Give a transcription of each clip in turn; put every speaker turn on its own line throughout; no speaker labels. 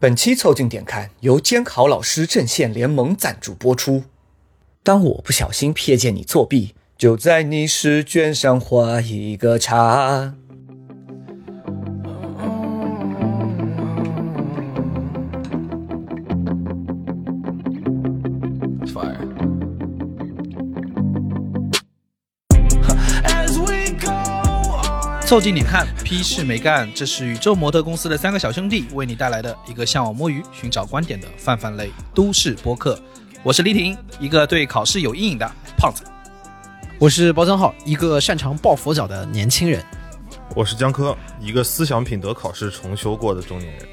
本期《凑近点看》由监考老师阵线联盟赞助播出。当我不小心瞥见你作弊，就在你试卷上画一个叉。
It's fire. As we go on.
凑近点看，屁事没干。这是宇宙模特公司的三个小兄弟为你带来的一个向往摸鱼、寻找观点的泛泛类都市播客。我是李婷，一个对考试有阴影的胖子。
我是包三号，一个擅长抱佛脚的年轻人。
我是江科，一个思想品德考试重修过的中年人。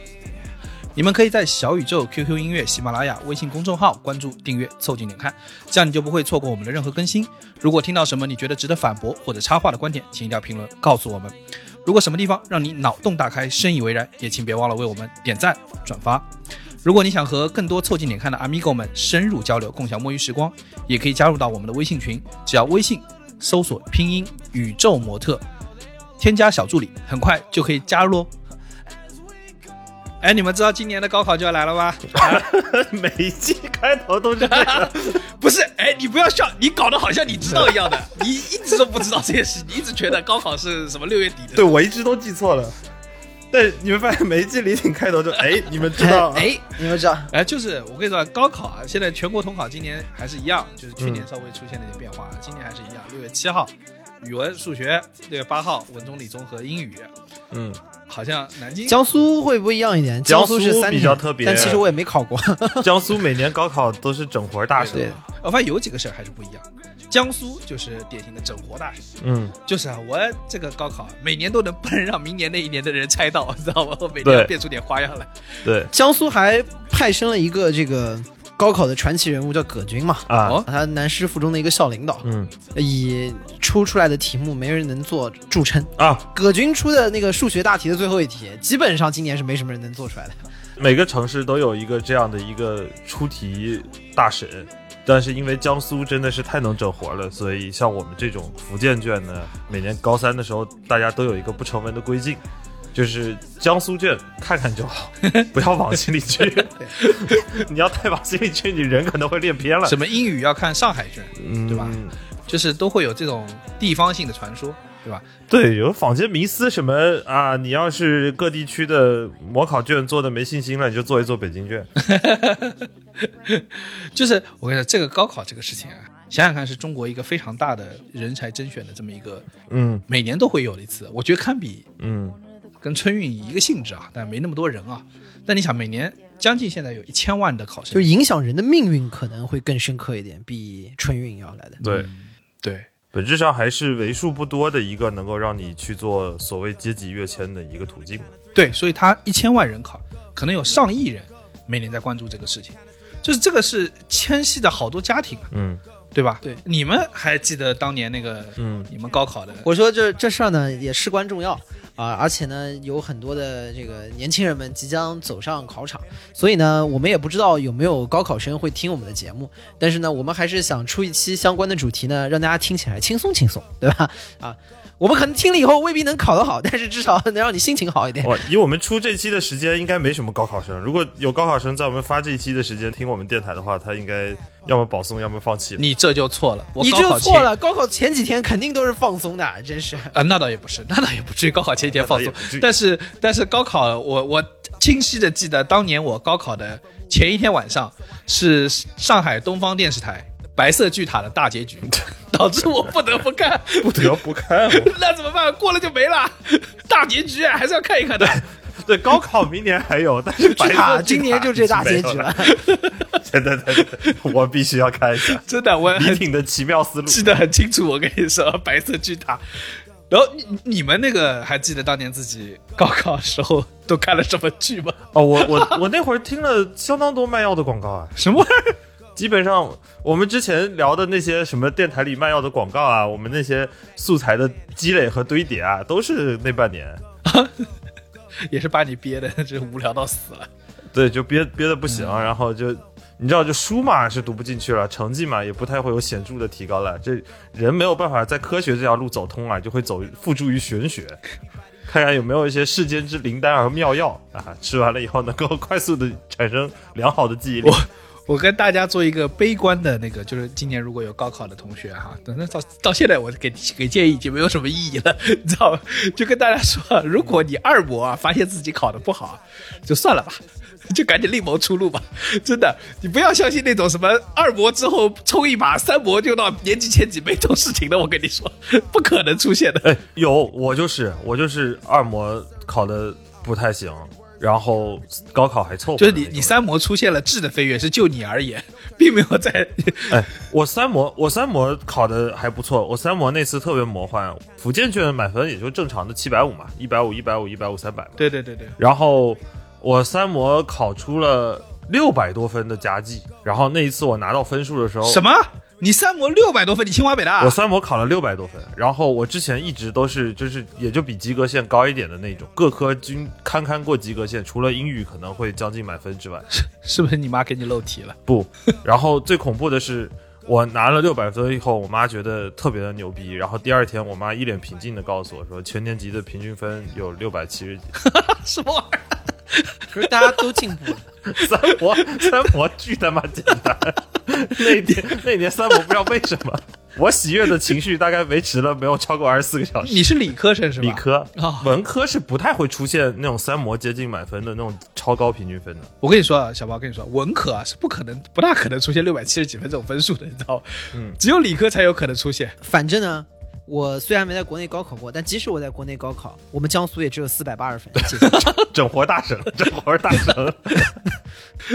你们可以在小宇宙、QQ 音乐、喜马拉雅、微信公众号关注、订阅、凑近点看，这样你就不会错过我们的任何更新。如果听到什么你觉得值得反驳或者插话的观点，请一定要评论告诉我们。如果什么地方让你脑洞大开、深以为然，也请别忘了为我们点赞、转发。如果你想和更多凑近点看的 Amigo 们深入交流，共享摸鱼时光，也可以加入到我们的微信群，只要微信搜索拼音宇宙模特，添加小助理，很快就可以加入哦。哎，你们知道今年的高考就要来了吗？
每一期开头都是这样，
不是，哎，你不要笑，你搞得好像你知道一样的， 你一直都不知道这件事，你一直觉得高考是什么六月底的。
对我一直都记错了。但是你们发现每一季李挺开头就哎，你们知道？
哎，你们知道
哎，就是我跟你说，高考啊，现在全国统考今年还是一样，就是去年稍微出现了一点变化，今年还是一样，六月七号语文、数学，六月八号文综、理综和英语，
嗯，
好像南京
江苏会不一样一点？
江苏
苏是三年
比较特别
但其实我也没考过。
江苏每年高考都是整活大省。
对，
我发现哦有几个事儿还是不一样，江苏就是典型的整活大省。
嗯，
就是啊，我这个高考啊每年都能不能让明年那一年的人猜到，知道吗？我每年要
对
变出点花样来。
对
江苏还派生了一个这个高考的传奇人物，叫葛军嘛，
啊，
哦
他南师附中的一个校领导，
嗯
以出出来的题目没人能做著称。
啊，
葛军出的那个数学大题的最后一题，基本上今年是没什么人能做出来的。
每个城市都有一个这样的一个出题大神。但是因为江苏真的是太能整活了，所以像我们这种福建卷呢，每年高三的时候，大家都有一个不成文的规定，就是江苏卷看看就好，不要往心里去。你要太往心里去，你人可能会练偏了，
什么英语要看上海卷，
嗯
对吧？就是都会有这种地方性的传说，对吧？
对，有坊间迷思什么啊？你要是各地区的模考卷做的没信心了，你就做一做北京卷。
就是我跟你说，这个高考这个事情啊，想想看，是中国一个非常大的人才甄选的这么一个，
嗯
每年都会有的一次。我觉得堪比
嗯，
跟春运一个性质啊，但没那么多人啊。但你想，每年将近现在有一千万的考生，
就是影响人的命运可能会更深刻一点，比春运要来的。
对，
对，
本质上还是为数不多的一个能够让你去做所谓阶级跃迁的一个途径。
对，所以他一千万人考，可能有上亿人每年在关注这个事情，就是这个是牵系的好多家庭啊，
嗯
对吧？
对，
你们还记得当年那个，
嗯，
你们高考的，
我说这这事儿呢也事关重要啊，而且呢有很多的这个年轻人们即将走上考场，所以呢我们也不知道有没有高考生会听我们的节目，但是呢我们还是想出一期相关的主题呢，让大家听起来轻松轻松，对吧？啊，我们可能听了以后未必能考得好，但是至少能让你心情好一点。
哇，以我们出这期的时间，应该没什么高考生。如果有高考生在我们发这一期的时间听我们电台的话，他应该要么保送，要么放弃了。
你这就错了，我
你
高
这
考
错
前
了，高考前几天肯定都是放松的，真 是。
啊、那倒也不是，那倒也不至于高考前一天放松
那倒也不至，于
但是但是高考，我我清晰的记得当年我高考的前一天晚上是上海东方电视台白色巨塔的大结 局，导致我不得不看，
不得不看、哦。
那怎么办？过了就没了，大结局啊还是要看一看的。
对，高考明年还有，但是 白色
塔
巨
今年就这大结局 了
已经没有了。真的，真的，我必须要看一 下
真的，我
李
很
挺的奇妙思路。
记得很清楚。我跟你说，白色巨塔。然后你你们那个还记得当年自己高考时候都看了什么剧吗？
哦，我我我那会儿听了相当多卖药的广告啊，
什么玩意儿？
基本上我们之前聊的那些什么电台里卖药的广告啊，我们那些素材的积累和堆叠啊，都是那半年。
也是把你憋的， 这无聊到死了。
对，就憋憋的不行，然后就你知道，就书嘛是读不进去了，成绩嘛也不太会有显著的提高了。这人没有办法在科学这条路走通啊，就会走付诸于玄学。 看看有没有一些世间之灵丹和妙药啊，吃完了以后能够快速的产生良好的记忆力。
我跟大家做一个悲观的那个，就是今年如果有高考的同学哈，等到到现在我给给建议已经没有什么意义了， 你知道吗？就跟大家说，如果你二模啊发现自己考的不好，就算了吧， 就赶紧另谋出路吧。真的，你不要相信那种什么二模之后冲一把，三模就到年级前几没这种事情的，我跟你说，不可能出现的。
哎，有我就是我就是二模考的不太行，然后高考还凑合
就
的
是
那种人，
你你三模出现了质的飞跃，是就你而言，并没有在 。
哎，我三模我三模考的还不错，我三模那次特别魔幻，福建卷满分也就正常的七百五嘛，一百五、一百五、一百五、三百嘛
对对对对，
然后我三模考出了六百多分的佳绩，然后那一次我拿到分数的时候，
什么？你三模六百多分，你清华北大、
哦我三模考了六百多分，然后我之前一直都是就是也就比及格线高一点的那种，各科均堪堪过及格线，除了英语可能会将近满分之外，
是不是你妈给你漏题了？
不。然后最恐怖的是，我拿了六百分以后，我妈觉得特别的牛逼，然后第二天我妈一脸平静的告诉我说，全年级的平均分有六百七十几，
什么玩意儿？
可是大家都进步了，
三模三模巨他妈简单。那年那年三模不知道为什么，我喜悦的情绪大概维持了没有超过二十四个小时。
你是理科生是吧？
理科
哦，
文科是不太会出现那种三模接近满分的那种超高平均分的。
我跟你说啊，小包，跟你说，文科啊是不可能、不大可能出现六百七十几分这种分数的，你知道吗？
嗯
只有理科才有可能出现。
反正呢。我虽然没在国内高考过，但即使我在国内高考，我们江苏也只有四百八十分，谢谢
整活大神， 整活大神，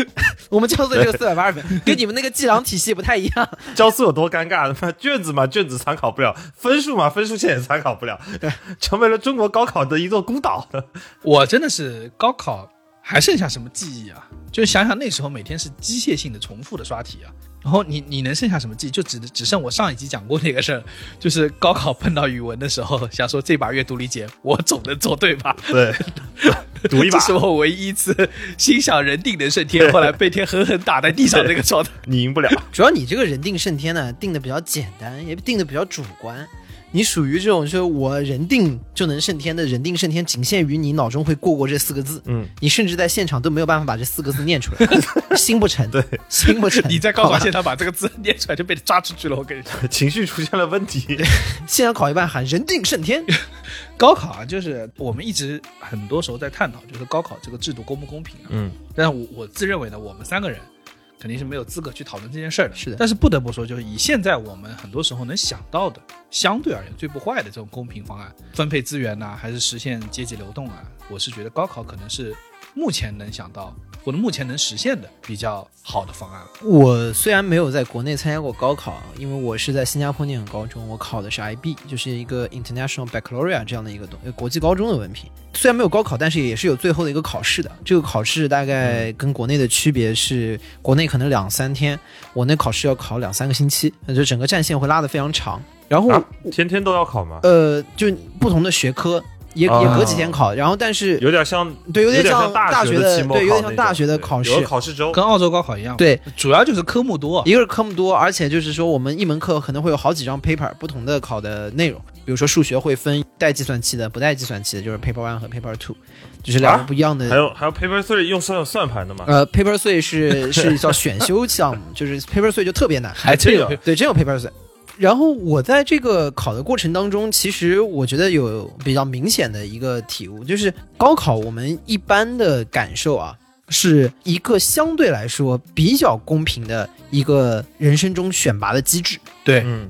我们江苏也只有四百八十分，跟你们那个计量体系不太一样。
教书有多尴尬？他妈卷子嘛，卷子参考不了；分数嘛，分数线也参考不了，成为了中国高考的一座孤岛。
我真的是高考还剩下什么记忆啊？就是想想那时候每天是机械性的重复的刷题啊，然后你你能剩下什么记忆？就只只剩我上一集讲过那个事儿，就是高考碰到语文的时候，想说这把阅读理解我总能做对吧？
对， 赌一把
这。是我唯一一次心想人定能胜天，后来被天狠狠打在地上的那个状态。
你赢不了，
主要你这个人定胜天呢，定的比较简单，也定的比较主观。你属于这种，就是我人定就能胜天的人定胜天，仅限于你脑中会过过这四个字。
嗯，
你甚至在现场都没有办法把这四个字念出来，心不诚，对，心不诚。
你在高
好
考
吧
现场把这个字念出来就被抓出去了，我跟你说。
情绪出现了问题。
现场考一半喊人定胜天，
高考啊，就是我们一直很多时候在探讨，就是高考这个制度公不公平啊。
嗯，
但是我我自认为呢，我们三个人肯定是没有资格去讨论这件事儿的。
是的
但是不得不说，就是以现在我们很多时候能想到的，相对而言最不坏的这种公平方案，分配资源呐、还是实现阶级流动啊，我是觉得高考可能是目前能想到或者目前能实现的比较好的方案了。
我虽然没有在国内参加过高考，因为我是在新加坡念的高中，我考的是 IB，就是一个 International Baccalaureate 这样的一个东呃国际高中的文凭。虽然没有高考，但是也是有最后的一个考试的。这个考试大概跟国内的区别是，国内可能两三天，我那考试要考两三个星期，那就整个战线会拉得非常长。然后
啊 天天都要考吗？
呃，就不同的学科也也
啊
隔几天考，然后但是
有点像，
对有点像
像大
学
的
的
期末考
对有点
那种
像大学的
对
考
有
试
个考试周。
跟澳洲高考一样，，
对。
主要就是科目多。
一个是科目多，而且就是说我们一门课可能会有好几张 paper，不同的考的内容。比如说数学会分带计算器的、不带计算器的，就是 paper one 和 paper two，就是两个
啊
不一样的。
还有还有 paper three 用算算盘的吗？
呃，paper three 是 是叫选修项目，就是 paper three 就特别难。
还真有
对，真有 paper three。然后我在这个考的过程当中，其实我觉得有比较明显的一个体悟，就是高考我们一般的感受啊，是一个相对来说比较公平的一个人生中选拔的机制。
对，
嗯，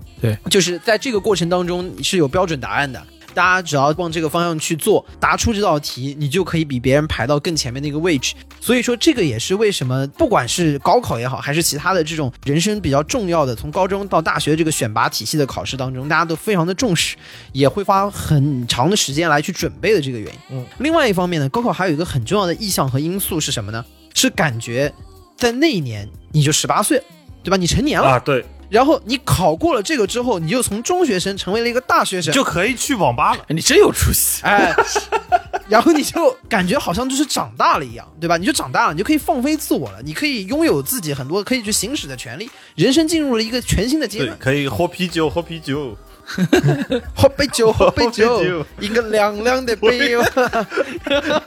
就是在这个过程当中你是有标准答案的。大家只要往这个方向去做，答出这道题，你就可以比别人排到更前面的一个位置。所以说，这个也是为什么不管是高考也好，还是其他的这种人生比较重要的，从高中到大学这个选拔体系的考试当中，大家都非常的重视，也会花很长的时间来去准备的这个原因。
嗯，
另外一方面呢，高考还有一个很重要的意向和因素是什么呢？是感觉在那一年你就十八岁了，对吧？你成年了。
啊，对，
然后你考过了这个之后，你就从中学生成为了一个大学生，
就可以去网吧了。
你真有出息。
哎， 然后你就感觉好像就是长大了一样，对吧？你就长大了，你就可以放飞自我了，你可以拥有自己很多可以去行使的权利，人生进入了一个全新的阶
对，
段。
可以喝啤酒，喝啤酒。
喝杯 酒，喝杯
喝杯
酒
酒，
一个亮亮的杯哟。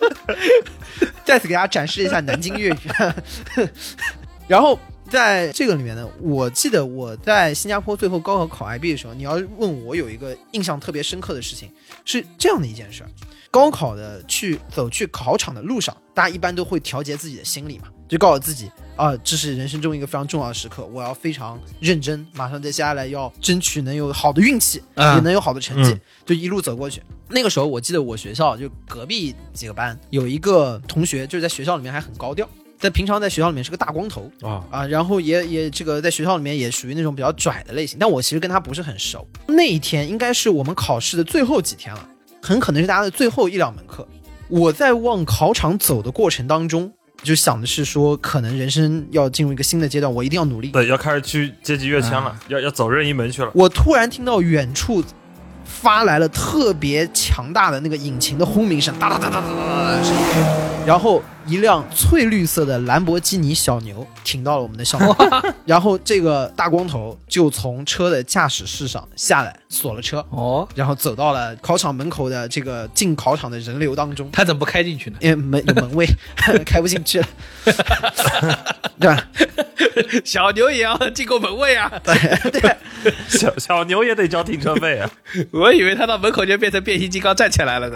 再次给大家展示一下南京粤语。 然后在这个里面呢，我记得我在新加坡最后高考考 IB 的时候，你要问我有一个印象特别深刻的事情，是这样的一件事儿：高考的去走去考场的路上，大家一般都会调节自己的心理嘛，就告诉自己啊、这是人生中一个非常重要的时刻，我要非常认真，马上接下来要争取能有好的运气，
嗯
也能有好的成绩，
嗯
就一路走过去。那个时候，我记得我学校就隔壁几个班有一个同学，就是在学校里面还很高调，但平常在学校里面是个大光头，
啊，
啊，然后也也这个在学校里面也属于那种比较拽的类型，但我其实跟他不是很熟。那一天应该是我们考试的最后几天了，很可能是大家的最后一两门课。我在往考场走的过程当中，就想的是说，可能人生要进入一个新的阶段，我一定要努力。
对，要开始去阶级跃迁了
啊，
要要走任意门去了。
我突然听到远处发来了特别强大的那个引擎的轰鸣声，哒哒哒哒哒哒哒的声音，然后一辆翠绿色的兰博基尼小牛停到了我们的校门，然后这个大光头就从车的驾驶室上下来，锁了车，
哦，
然后走到了考场门口的这个进考场的人流当中。
他怎么不开进去呢？
因为门有门卫开不进去了，对吧？
小牛也要进过门卫啊！
小小牛也得交停车费啊，
我以为他到门口就变成变形金刚站起来了 呢。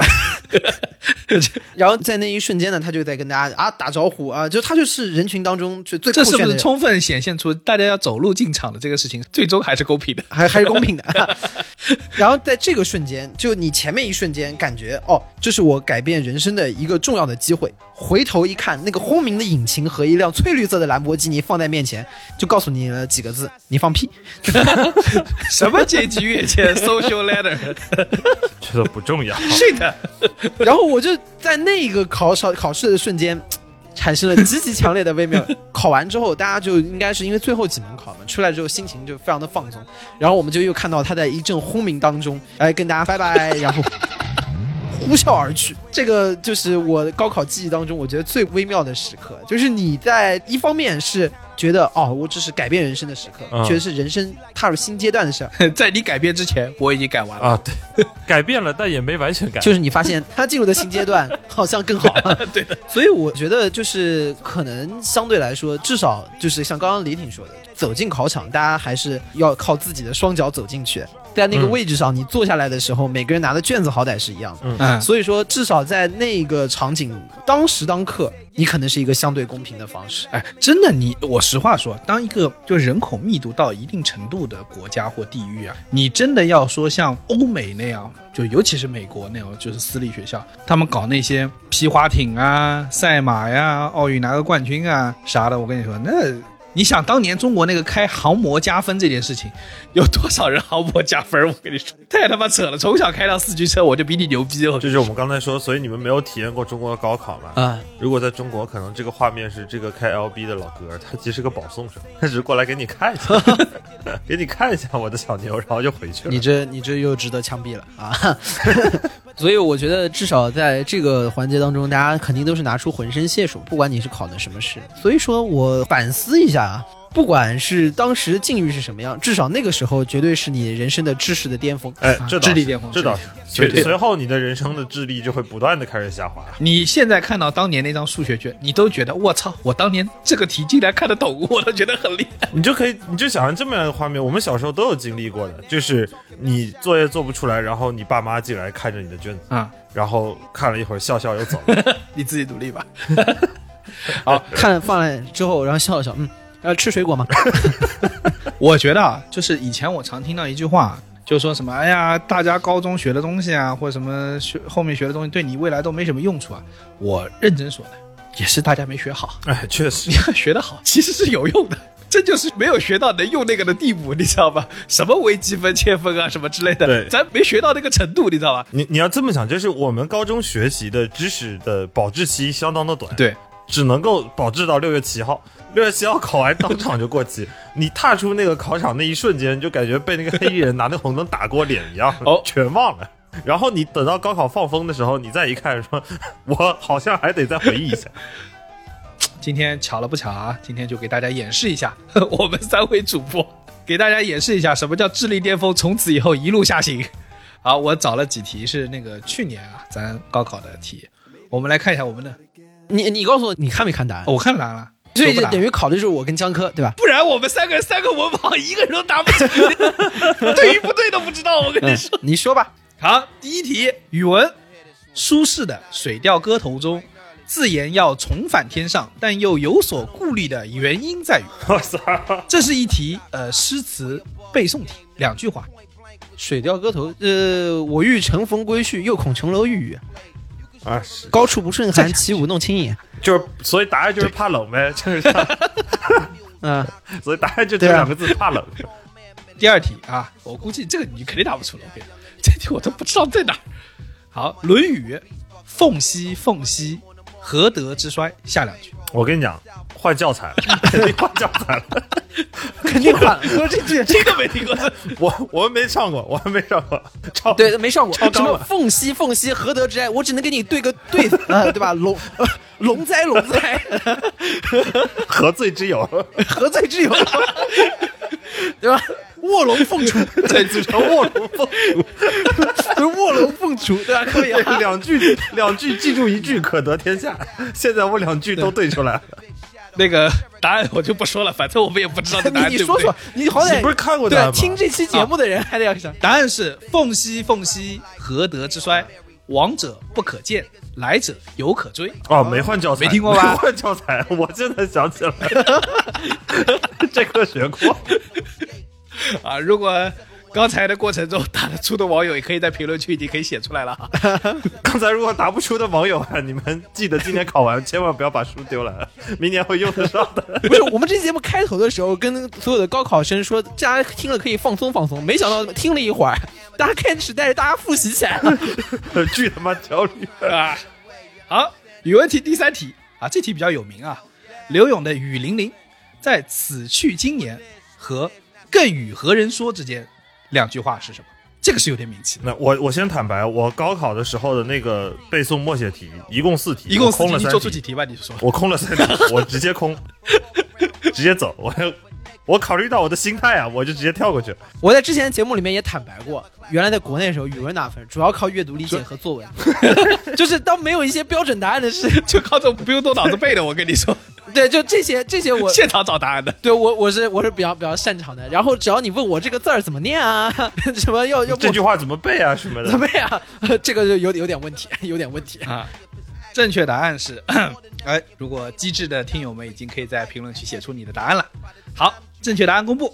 然后在那一瞬间呢，他就在跟大家啊打招呼啊，就他就是人群当中就最酷
这
炫
是
的
不是
人
充分显现出大家要走路进场的这个事情，最终还是公 平的？
还还是公平的。 然后在这个瞬间，就你前面一瞬间感觉哦，这是我改变人生的一个重要的机会。回头一看，那个轰鸣的引擎和一辆翠绿色的兰博基尼放在面前，就告诉你了几个字：你放屁。
什么阶级跃迁 （social ladder）？
这都不 重要。
是的，
然后我就在那一个考场考试的瞬间。产生了极其强烈的 微妙。考完之后，大家就应该是因为最后几门考嘛，出来之后心情就非常的放松。然后我们就又看到他在一阵轰鸣当中，哎，跟大家拜拜，然后 呼啸而去。这个就是我高考记忆当中我觉得最微妙的时刻，就是你在一方面是觉得哦，我这是改变人生的时刻，
嗯
觉得是人生踏入新阶段的事儿，
在你改变之前，我已经改完了。
啊，对， 改变了，但也没完全改。
就是你发 现他进入的新阶 段好像更好，对的。所以我觉得就是可能相对来说，至少就是像刚刚李挺说的，走进考场，大家还是要靠自己的双脚走进去。在那个
嗯
位置上，你坐下来的时候，每个人拿的卷子好歹是一样的。
嗯，
所以说，至少在那个场景，当时当刻，你可能是一个相对公平的方式。
哎，真的你，我实话说，当一个就人口密度到一定程度的国家或地域啊，你真的要说像欧美那样，就尤其是美国那种就是私立学校，他们搞那些皮划艇啊、赛马呀、奥运拿个冠军啊啥的，我跟你说，那你想当年中国那个开航模加分这件事情，有多少人航模加分？我跟你说，太他妈扯了！从小开辆四驱车，我就比你牛逼哦。
这就是我们刚才说，所以你们没有体验过中国的高考嘛？
啊，
如果在中国，可能这个画面是这个开 LB 的老哥，他其实是个保送生，他只是过来给你看一 下，给你看一下我的小牛，然后就回去了。
你这你这又值得枪毙了啊！ 所以我觉得至少在这个环节当中，大家肯定都是拿出浑身解数，不管你是考的什么试。所以说我反思一下啊。不管是当时的境遇是什么样，至少那个时候绝对是你人生的知识的巅峰。
哎，这倒
智
是
力巅峰
这倒是。
绝对
随随后你的人生的智力就会不断的开始下滑。
你现在看到当年那张数学卷，你都觉得我操，我当年这个题竟然看得懂，我都觉得很厉害。
你就可以，你就想象这么样的画面，我们小时候都有经历过的，就是你作业做不出来，然后你爸妈进来看着你的卷子，
啊，
然后看了一会儿笑笑又走 了。
你自己努力吧。
看放了之后，然后笑了笑，嗯，然后吃水果吗？
我觉得啊，就是以前我常听到一句话，就说什么哎呀，大家高中学的东西啊，或者什么学后面学的东西，对你未来都没什么用处啊。我认真说的，也是大家没学好。
哎，确实
你，要学得好， 其实是有用的。这就是没有学到能用那个的地步，你知道吧？什么微积分、切分啊，什么之类的，
对
咱没学到那个程度，你知道吧？
你你要这么想，就是我们高中学习的知识的保质期相当的短，，
对，
只能够保质到六月七号。六月七号考完当场就过期， 你踏出那个考场那一瞬间，你就感觉被那个黑衣人拿那红灯打过脸一样，
哦
全忘了。然后你等到高考放风的时候，你再一看说， 我好像还得再回忆一 下。
今天巧了不巧啊？今天就给大家演示一下我们三位主播给大家演示一下什么叫智力巅峰，从此以后一路下行。好，我找了几题是那个去年啊，咱高考的题，我们来看一下我们的。
你你告诉我，你看没看答案？
哦、我看答案了，
所以
都不
就
答
等于考的就是我跟江科，对 吧？
不然我们三个人三个文盲，一个人都答不准， 对与不对都不知道。我跟你说，
你说吧。
好，第一题，语文，苏轼的《水调歌头》中，自言要重返天上，但又有所顾虑的原因在于，
我操！
这是一题呃诗词背诵题，两句话。
《水调歌头》呃，我欲乘风归去，又恐琼楼玉宇。
啊，是，
高处不胜 寒，起舞弄清影。
就是，所以答案就是怕冷 呗，就是，
嗯，
所以答案就这两个字，怕冷。
啊第二题啊，我估计这个你肯定答不出来，我跟你讲这题我都不知道在哪儿。好，《论语》，凤兮凤兮，何德之衰？下两句。
我跟你讲，换 教材，肯定换教材了。
肯定反了。这这
这个没听 过，
我我们没上过，我还没上过，唱
对，没上过。
超纲啊
什么
了
凤兮凤兮，何德之爱？我只能给你对个对， 呃，对吧？龙呃龙哉龙哉，
何罪之有？
何罪之有？ 对吧？卧龙 凤雏，
这组成卧龙凤雏，
就是卧龙凤雏，对吧？可以啊。
两句两句记住一句，可得天下。现在我两句都对出来了。
那个答案我就不说了，反正我们也不知道这答
你
案
你
对不
说
对
说，你好歹
你不是看过答案
对啊
吗
听这期节目的人还得要想，
答案是“凤兮凤兮，何德之衰？往者不可见，来者犹可追。
哦，没换教材，
没听过吧
没换教材，我现在想起来了， 这课学过。”
啊，如果刚才的过程中打得出的网友，也可以在评论区已经可以写出来了啊。
刚才如果答不出的网友啊，你们记得今年考完千万不要把书丢了，明年会用得上的。
不是我们这期节目开头的时候跟所有的高考生说，大家听了可以放松放松，没想到听了一会儿，大家开始带着大家复习起来了。
巨他妈焦虑！
啊，好，语文题第三题啊，这题比较有名啊。刘勇的《雨霖铃》在“此去经年”和“更与何人说”之间，两句话是什么？这个是有点名气的。
那我我先坦白，我高考的时候的那个背诵默写题，一共四题，
一共
我
四
空
题，
了
你
三
做出几题吧？你就说。
我空了三题，我直 接空，直接走。我我考虑到我的心态啊，我就直接跳过去。
我在之前的节目里面也坦白过，原来在国内的时候，语文打分主要靠阅读理解和作文， 就是当没有一些标准答案的事，
就靠这不用动脑子背的，我跟你说，
对，就这些这些 我。
现场找答案的。
对我我是我是比较比较擅长的，然后只要你问我这个字儿怎么念啊， 什么要要
这句话怎么背啊什么
怎
的？
么呀，这个就有点有点问题，有点问题。
啊，正确答案 是，哎，如果机智的听友们已经可以在评论区写出你的答案了。好，正确答案公布。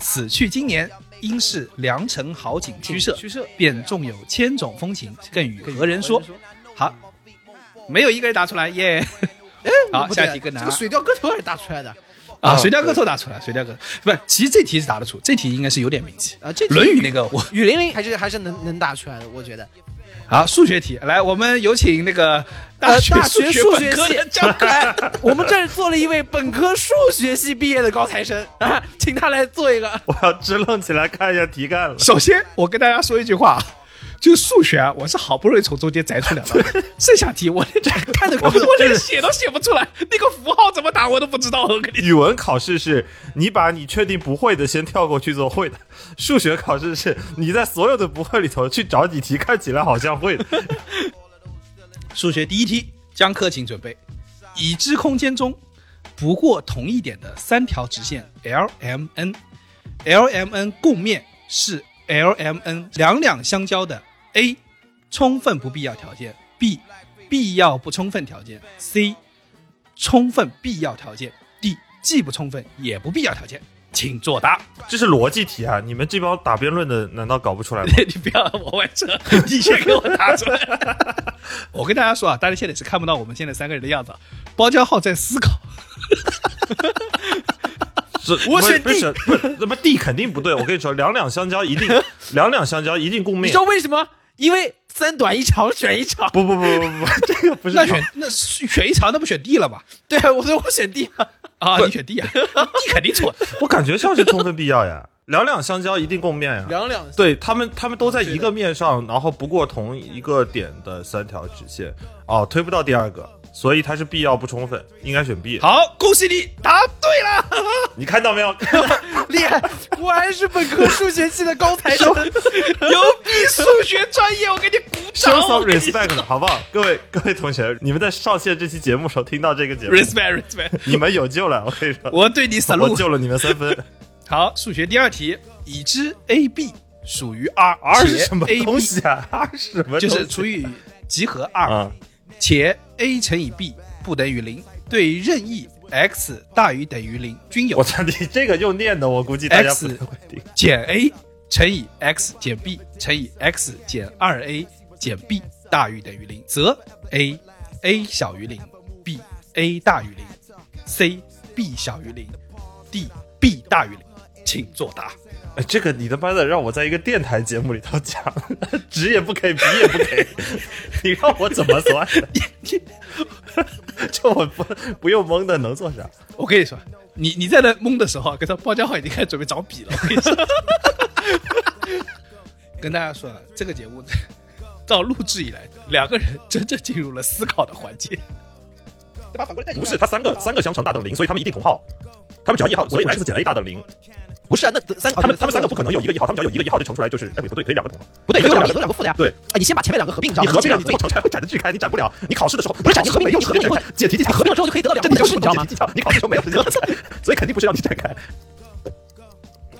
此去经年，应是良辰好景居社，居社便纵有千种风情，更与何人说？好，没有一个人答出来，耶！好，
不
下
对
一题更难
这
啊
个水调歌头也是答出来的
啊！水调歌头答出来，水调歌头不是，其实这题是答得出，这题应该是有点名气。
啊，这
《 论语》那个我
雨霖铃还是还是能能答出来的，我觉得。
好，数学题来，我们有请那个大
呃，
学
大
数
学
学
数
本
学
科
系
的张开。
哎，我们这儿坐了一位本科数学系毕业的高材生啊，请他来做一个。
我要支棱起来看一下题干了。
首先，我跟大家说一句话，就是数学啊，我是好不容易从中间摘出两道， 剩下题我连这看都看不懂， 我连写都写不出来，那个符号怎么打我都不知道。我跟你
语文考试是你把你确定不会的先跳过去做会的，数学考试是你在所有的不会里头去找几题看起来好像会的。
数学第一题，江科请准备，已知空间中不过同一点的三条直线 L M N，L M N 共面是 L M N 两两相交的 A 充分不必要条件，B 必要不充分条件，C 充分必要条件，D 既不充分也不必要条件。请作答，
这是逻辑题啊！你们这帮打辩论的难道搞不出来吗？
你不要往外 扯，你先给我答出来。 我跟大家说啊，大家现在是看不到我们现在三个人的样子啊，包浆浩在思考。
是
我选
不
D
是不是，怎么 D 肯定不对？我跟你说，两两相交一 定，两两相交一定共
你
面
知。道为什么？因为三短一长选一长。
不不不不不，不这个不是
那
考
选那选一场，那不选 D 了吗？
对，我所以我选 D 啊。
啊，你选 D 啊，D 肯定错。
我感觉像是充分必要呀，两两相交一定共面呀。
两两
对他们，他们都在一个面上，然后不过同一个点的三条直线，哦，推不到第二个，所以它是必要不充分，应该选 B。
好，恭喜你答对了。
你看到没有？
厉害，果然是本科数学系的高材生。
牛逼数学专业，我给你鼓
show
掌
some respect，好不好？各位各位同学，你们在上线这期节目时候听到这个节目，
respect respect，
你们有救了，我跟你说，
我对你
我
salute。
救了你们三分。
好，数学第二题，已知 a b 属于 r，
二
且
是什么
a
东
b
西啊？ 二是什么东西？
就是除以集合 r，、
啊，
且 a 乘以 b 不等于零，对任意 x 大于等于零均有
我。操，你这个用念的，我估计大家不
X
太会听。
减 a 乘以 x 减 b 乘以 x 减二 a 减 b 大于等于零，则 a a 小于零，b a 大于零，c b 小于零，d b 大于零。请作答。
哎这个你他妈的让我在一个电台节目里头讲， 纸也不给，笔也不给， 你让我怎么算？ 这我不不用蒙的能做啥？
我跟你说，你你在那蒙的时候啊，跟他包浆号已经开始准备找笔了。我跟你说，跟大家说啊，这个节目到录制以来，两个人真正进入了思考的环节。对吧？反过来，
不是，它三个三个相乘大等于零，所以它们一定同号，它们只要一号，所以 x 减 a 大等于零。不是啊，那三他们他们三个不可能有一个一号，他们只要有一个一号就乘出来就是，哎，不对，可以两个同号，不对，有两个有两个负的呀。对，
哎，你先把前面两个合并一下，
你合并了，啊
了
你最后乘出来会展得巨开，你展不了。你考试的时候，不是展你合并没有合并这个解题技巧，合并了之后就可以得到两个
你
你
就
就是是
你知道吗
解题技巧，你考试的时候没有 这个，所以肯定不是让你展开。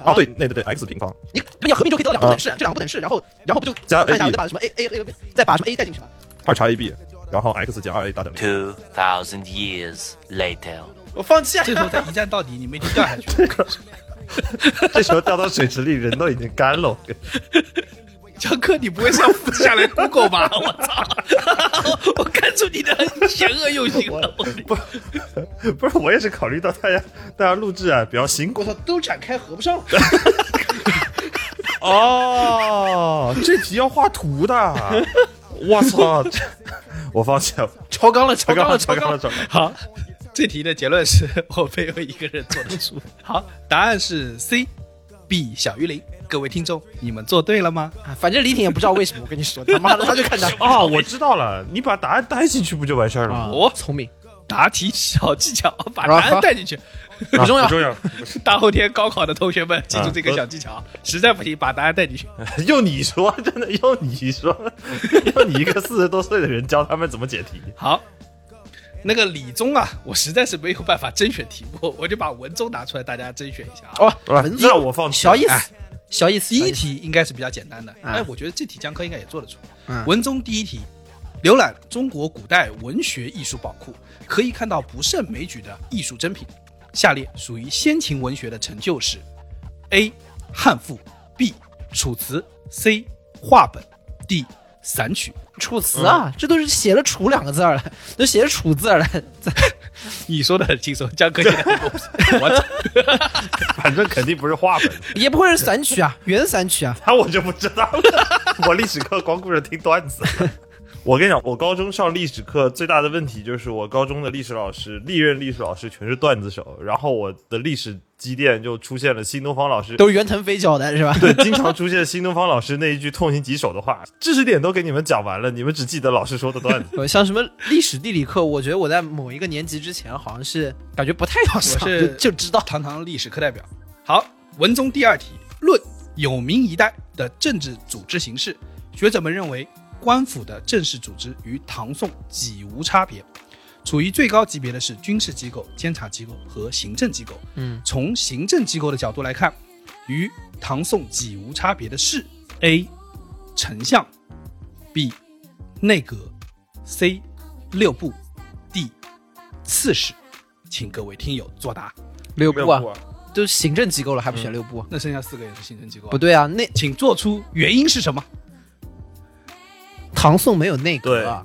哦，对，那对对，x 平方
你你要合并就可以得到两个不等式，啊这两个不等式，然后然后不就
加
看一下，我
ab
就把什么 a a a 再把什么 a 带进去吧。
二叉 ab，然后 x 减二 a 大等于零。
2,000 years later.
我放弃啊！
这时候再一站到底，你们已经掉下去了。
这时候掉到水池里，人都已经干了。我跟
江哥，你不会是要复制下来 Google 吧？我操！我看出你的邪恶用心了。我
你不是，我也是考虑到大家大家录制啊比较辛苦
我。操，都展开合不上。
哦，这题要画图的，我操！这 我放弃了，
超纲了，超纲了，
超
超
纲
纲
了，
了。
超纲了。
好，这题的结论是我没有一个人做得出。 好，答案是 C，b 小于零。各位听众，你们做对了吗？
啊反正李挺也不知道为什么，我跟你说，他妈的，他就看他
哦，我知道了，你把答案带进去不就完事儿了吗？
哦
聪明，
答题小技巧，把答案带进去。
啊不
重要
重要。
大后天高考的同学们，记住这个小技巧，实在不行把答案带进去。
用你说，真的用你说， 用你一个四十多岁的人教他们怎么解题。
好，那个理综啊，我实在是没有办法甄选题目，我就把文综拿出来，大家甄选一下啊。
哦，文字
那我放弃
小意思
哎，
小意思，
第
小
一
意思。
题应该是比较简单的，
啊
哎，我觉得这题江科应该也做得出。
嗯
文综第一题，浏览中国古代文学艺术宝库，可以看到不胜枚举的艺术珍品。下列属于先秦文学的成就是：A. 汉赋，B. 楚辞，C. 画本，D. 散曲。
楚辞啊，这都是写了“楚”两个字儿了， 都写了“楚”字儿了。
你说的很轻松，江科现在很懂我操
反正肯定不是画本，
也不会是散曲啊，原散曲啊。
那我就不知道了。我历史课光顾着听段子。 我跟你讲，我高中上历史课最大的问题就是，我高中的历史老师，历任历史老师全是段子手，然后我的历史积淀就出现了新东方老师，
都是袁腾飞教的是吧？
对，经常出现新东方老师那一句痛心疾首的话，知识点都给你们讲完了，你们只记得老师说的 段子。
呃，像什么历史地理课，我觉得我在某一个年级之前好像是感觉不太要上，
我是
就就知道
堂堂历史课代表。好，文综第二题，论有名一代的政治组织形式，学者们认为官府的正式组织与唐宋几无差别。处于最高级别的是军事机构、监察机构和行政机构。
嗯，
从行政机构的角度来看，与唐宋几无差别的是：A. 丞相，B. 内阁，C. 六部，D. 刺史。请各位听友作答。
六部啊嗯
没有，过
都是行政机构了，还不选六部？啊
那剩下四个也是行政机构、
不，对啊，那
请做出原因是什么？
唐宋没有内阁啊，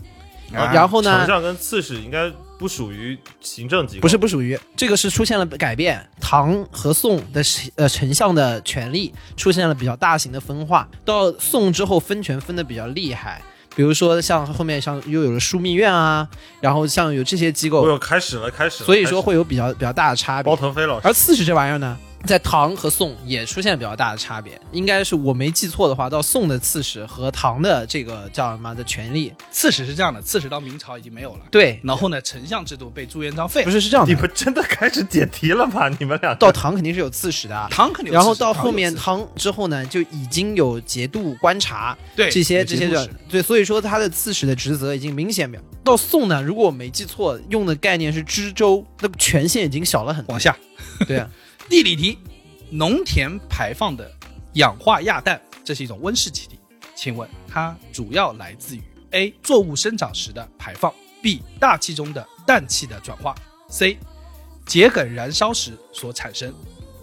啊
然后呢
丞，相跟刺史应该不属于行政机构，
不是不属于这个是出现了改变，唐和宋的呃丞相的权力出现了比较大型的分化，到宋之后分权分的比较厉害。比如说，像后面像又有了枢密院啊，然后像有这些机
我
构，
有开始了，开始了。
所以说
开始
会有比较比较大的差
了
别
包。腾飞老师
而刺史这玩意儿呢，在唐和宋也出现比较大的差别，应该是我没记错的话，到宋的刺史和唐的这个叫什么的权力，
刺史是这样的，刺史到明朝已经没有了。
对，
然后呢，丞相制度被朱元璋废
不
了。
是是这样
你
的，
们真的开始解题了吗？你们俩
到唐肯定是有刺史的，啊
唐肯定有
然后
刺史
到
唐
后
有
面
刺史
唐之后呢，就已经有节度观察，
对
这些
有
这
节
些
度
的
使
对，所以说他的刺史的职责已经明显表。到宋呢，如果我没记错，用的概念是知州，那个权限已经小了很多
往。下
对啊，
地理题，农田排放的氧化亚氮，这是一种温室气体。请问它主要来自于 A 作物生长时的排放，B 大气中的氮气的转化，C 秸秆燃烧时所产生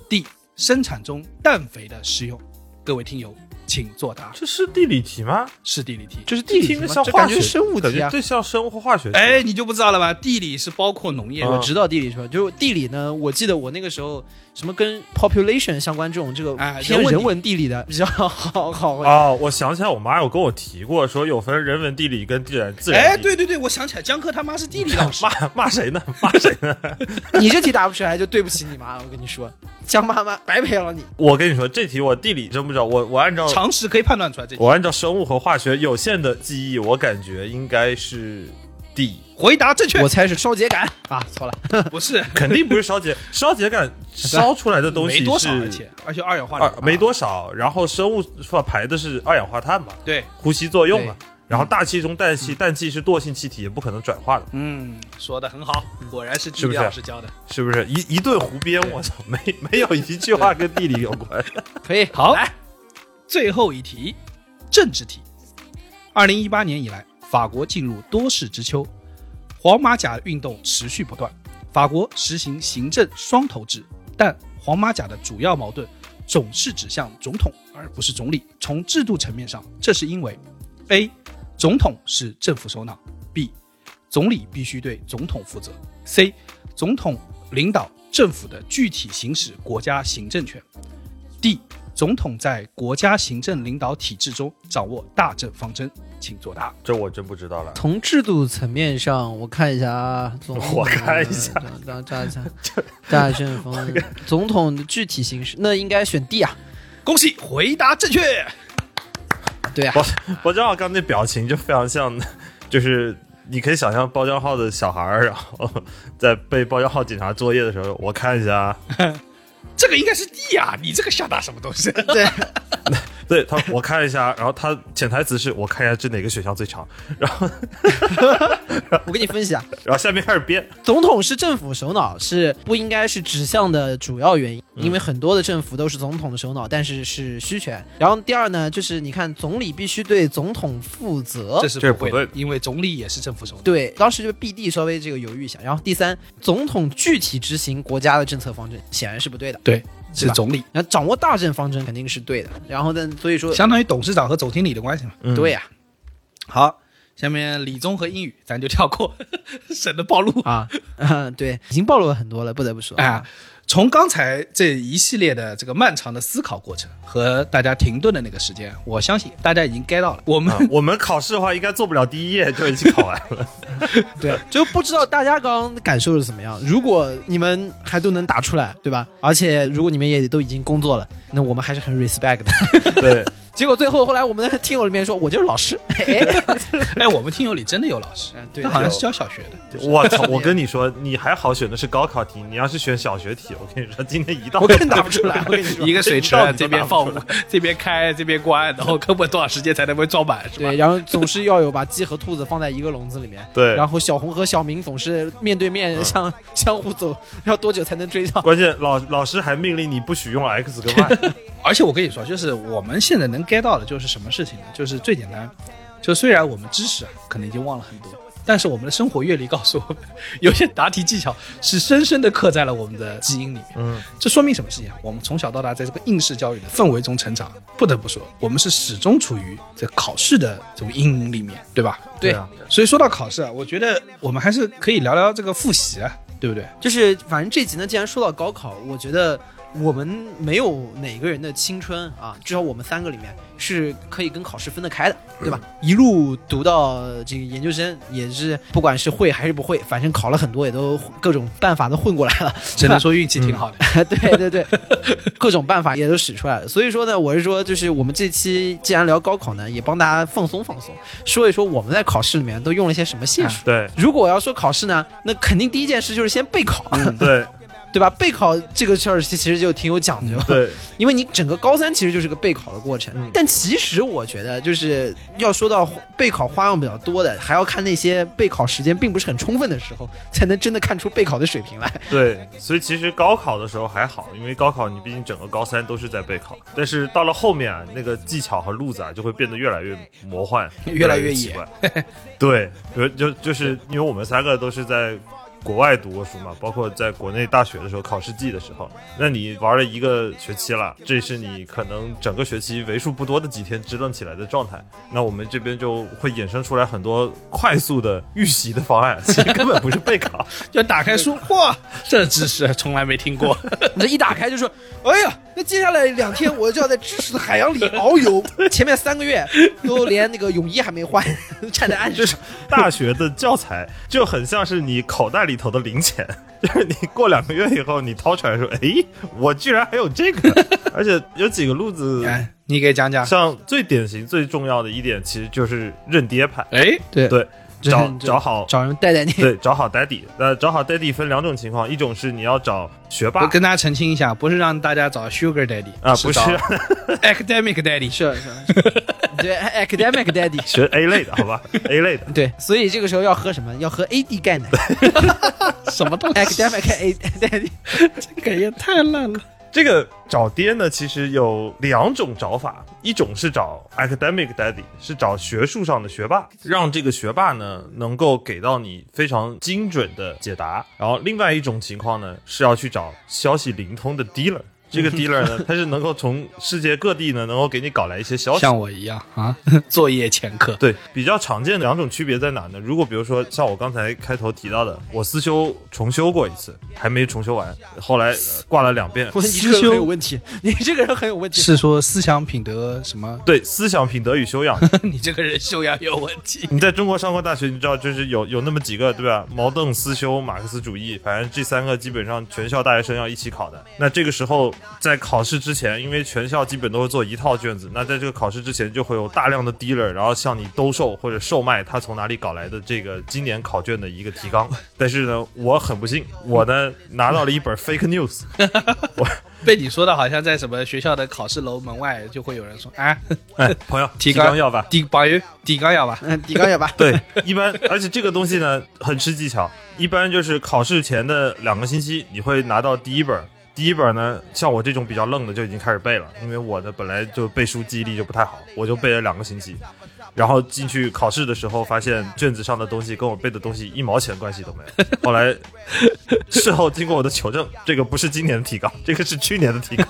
，D 生产中氮肥的食用。各位听友，请作答。
这是地理题吗？
是地理题。
这是地
这
理
听
题
着
吗
像
这
化
感
学
觉生物
感
题
觉
啊。
这像生物化学。
哎，，你就不知道了吧？地理是包括农业的，
嗯
我知道地理是吧？就是地理呢，我记得我那个时候什么跟 population 相关这种这个
哎
偏
人文
人
地啊
文地理的比较 好好。
哦，我想起来，我妈有跟我提过，说有分人文地理跟地然自然。
哎，，对对对，我想起来，江科他妈是地理 老师。
骂骂谁呢？骂谁呢？
你这题答不出来就对不起你妈了，我跟你说，江妈妈白陪了你。
我跟你说，这题我地理真不知道，我我按照
常识可以判断出来这题。
我按照生物和化学有限的记忆，我感觉应该是 D，
回答正确
我，猜是烧秸秆啊，错了。
不是
肯定不是 烧结，烧结感烧出来的东西
没多少，而
是
且而且二氧化
二
碳
啊没多少，然后生物化排的是二氧化碳嘛，
对，
呼吸作用嘛，然后大气中氮气，氮气是惰性气体，也不可能转化的，
嗯，说的很好，果然是地
嗯是不
理
是
老师教的。
是不是？一一顿胡编，我操， 没没有一句话跟地理有关。
可以，
好，最后一题，政治题。二零一八年以来，法国进入多事之秋，黄马甲运动持续不断。法国实行行政双头制，但黄马甲的主要矛盾总是指向总统，而不是总理。从制度层面上，这是因为：A. 总统是政府首脑；B. 总理必须对总统负责；C. 总统领导政府的具体行使国家行政权。D. 总统在国家行政领导体制中掌握大政方针，请作答。
这我真不知道了。
从制度层面上，我看一下啊，总
我看一下
大大 大大政风，总统的具体形式，那应该选 D 啊，
恭喜回答正确，
对啊，
我包江浩刚那表情就非常像， 就是你可以想象包江浩的小孩儿，然后在被包江浩检查作业的时候，我看一下啊，
这个应该是 D 呀、你这个下达什么东西？
对他，我看一下，然后他潜台词是我看一下这哪个选项最长，然后
我给你分析啊，
然后下面开始编，
总统是政府首脑，是不应该是指向的主要原因，因
嗯
为很多的政府都是总统的首脑，但是是虚权。然后第二呢，就是你看总理必须对总统负责，
这是
这
不会
不对
的，因为总理也是政府首脑。
对，当时就 B D 稍微这个犹豫一下。然后第三，总统具体执行国家的政策方针显然是不对的，
对，
是
是
吧
总理，
然后掌握大政方针肯定是对的。然后呢，所以说，
相当于董事长和总经理的关系嘛。
嗯
对呀、啊
好，下面理综和英语咱就跳过， 省得暴露
啊， 嗯，对，已经暴露了很多了，不得不说
啊，从刚才这一系列的这个漫长的思考过程和大家停顿的那个时间，我相信大家已经 get 到了。我们、
啊 我们考试的话应该做不了第一页就已经考完 了，
对，就不知道大家刚刚感受是怎么样。如果你们还都能答出来，对吧？而且如果你们也都已经工作了，那我们还是很 respect 的。
对，
结果最后后来我们的听友里面说，我就是老师， 哎，
哎，我们听友里真的有老师，
嗯对
他好像是教小学的。
我操，我跟你说，你还好选的是高考题，你要是选小学题，我跟你说，今天一道
我更答不出来。我跟你说
一。个水池
这一道你
这
都
边
答不
放
出来，
这边开，这边关，然后根本多少时间才能被装满，是吧
对，？然后总是要有把鸡和兔子放在一个笼子里面，
对
然后小红和小明总是面对面相、相互走，要多久才能追上？
关键老老师还命令你不许用 x 跟 y，
而且我跟你说，就是我们现在能 get 到的就是什么事情呢？就是最简单，就虽然我们知识啊可能已经忘了很多，但是我们的生活阅历告诉我们，有些答题技巧是深深的刻在了我们的基因里面。
嗯，
这说明什么事情啊？我们从小到大在这个应试教育的氛围中成长，不得不说，我们是始终处于这考试的这种阴影里面，对吧？
对
啊，
所以说到考试啊，我觉得我们还是可以聊聊这个复习啊，对不对？
就是反正这集呢，既然说到高考，我觉得我们没有哪个人的青春啊，至少我们三个里面是可以跟考试分得开的，对吧？一路读到这个研究生，也是不管是会还是不会，反正考了很多，也都各种办法都混过来了。
只 能说运气挺好的。
对对对，各种办法也都使出来了。所以说呢，我是说，就是我们这期既然聊高考呢，也帮大家放松放松，说一说我们在考试里面都用了些什么线索。
对
如果我要说考试呢，那肯定第一件事就是先备考，
对
对吧？备考这个事儿其实就挺有讲究，
对，
因为你整个高三其实就是个备考的过程。
嗯
但其实我觉得，就是要说到备考花样比较多的，还要看那些备考时间并不是很充分的时候，才能真的看出备考的水平来。
对，所以其实高考的时候还好，因为高考你毕竟整个高三都是在备考，但是到了后面啊，那个技巧和路子啊就会变得越来越魔幻，
越来越
奇
野
怪。对，比如就就是因为我们三个都是在。国外读过书嘛，包括在国内大学的时候考试季的时候，那你玩了一个学期了，这是你可能整个学期为数不多的几天支棱起来的状态。那我们这边就会衍生出来很多快速的预习的方案，其实根本不是备考，
就打开书，哇，这知识从来没听过。
你这一打开就说，哎呀，那接下来两天我就要在知识的海洋里遨游， 前面三个月都连那个泳衣还没换， 站在岸上。
大学的教材 就很像是你口袋里头的零钱， 就是你过两个月以后你掏出来说，诶，我居然还有这个， 而且有几个路子，
哎，你给讲讲。
像最典型、最重要的一点，其实就是认爹派，
哎，
对
对，
这
找
这
找好。
找人带带你。
对，找好 daddy。呃，找好 daddy 分两种情况，一种是你要找学
我
霸
跟大家澄清一下，不是让大家找 Sugar Daddy
啊，不是
找 Academic Daddy。
是是， 对哎 academic daddy，
学 A 类的，好吧？A 类的，
对，所以这个时候要喝什么？要喝 AD 钙 奶
什么东
，academic A daddy。
这个也太烂了。
这个找爹呢，其实有两种找法，一种是找 academic daddy，是找学术上的学霸，让这个学霸呢能够给到你非常精准的解答。然后另外一种情况呢，是要去找消息灵通的 dealer。这个 dealer 呢，他是能够从世界各地呢，能够给你搞来一些消息。
像我一样啊， 作业前课。
对，比较常见的两种区别在哪呢？如果比如说像我刚才开头提到的，我思修重修过一次，还没重修完，后来、呃挂了两遍，
我说你这个
思修
人很有问题，你这个人很有问题。
是说思想品德什么？
对思想品德与修养，
你这个人修养有问题。
你在中国上过大学，你知道就是有有那么几个对吧？茅盾、思修、马克思主义，反正这三个基本上全校大学生要一起考的。那这个时候在考试之前，因为全校基本都会做一套卷子，那在这个考试之前就会有大量的 dealer，然后向你兜售或者售卖他从哪里搞来的这个今年考卷的一个提纲。但是呢，我很不幸，我呢拿到了一本 fake news，
被你说的好像在什么学校的考试楼门外就会有人说啊，
哎，朋友，
提
提
纲
纲要吧？
底保佑底纲要吧？
嗯，底高也吧。
对， 一般，而且这个东西呢很吃技巧，一般就是考试前的两个星期，你会拿到第一本儿。第一本儿呢，像我这种比较愣的就已经开始背了，因为我的本来就背书记忆力就不太好，我就背了两个星期，然后进去考试的时候发现卷子上的东西跟我背的东西一毛钱关系都没有。后来 事后经过我的求证，这个不是今年的提纲，这个是去年的提纲。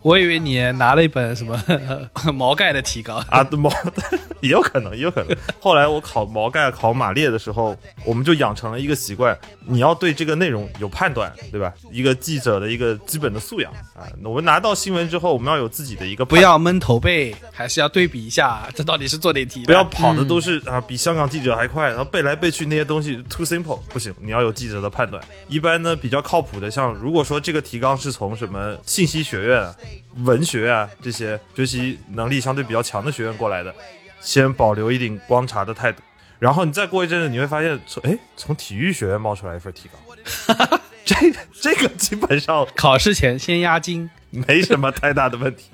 我以为你拿了一本什么 呃毛概的提 纲，
啊，对毛也有可能，也有可能。后来我考毛概、考马列的时候，我们就养成了一个习惯，你要对这个内容有判断，对吧？一个记者的一个基本的素养啊。我们拿到新闻之后，我们要有自己的一个判
不要闷头背，还是要对比一下，这到底是做哪题的？嗯
不要跑的都是、啊，比香港记者还快，然后背来背去那些东西 too simple，不行，你要有记者的判断。一般呢比较靠谱的，像如果说这个提纲是从什么信息学院、啊、文学啊这些学习能力相对比较强的学院过来的，先保留一顶观察的态度。然后你再过一阵子，你会发现从哎从体育学院冒出来一份提纲， 这个这个基本上
考试前先压惊，
没什么太大的问 题。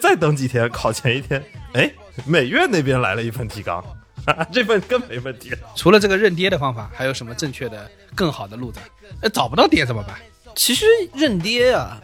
再等几天，考前一天，哎，美院那边来了一份提纲， 这份更没问题了。
除了这个认爹的方法，还有什么正确的、更好的路子？呃，找不到爹怎么办？
其实认爹啊，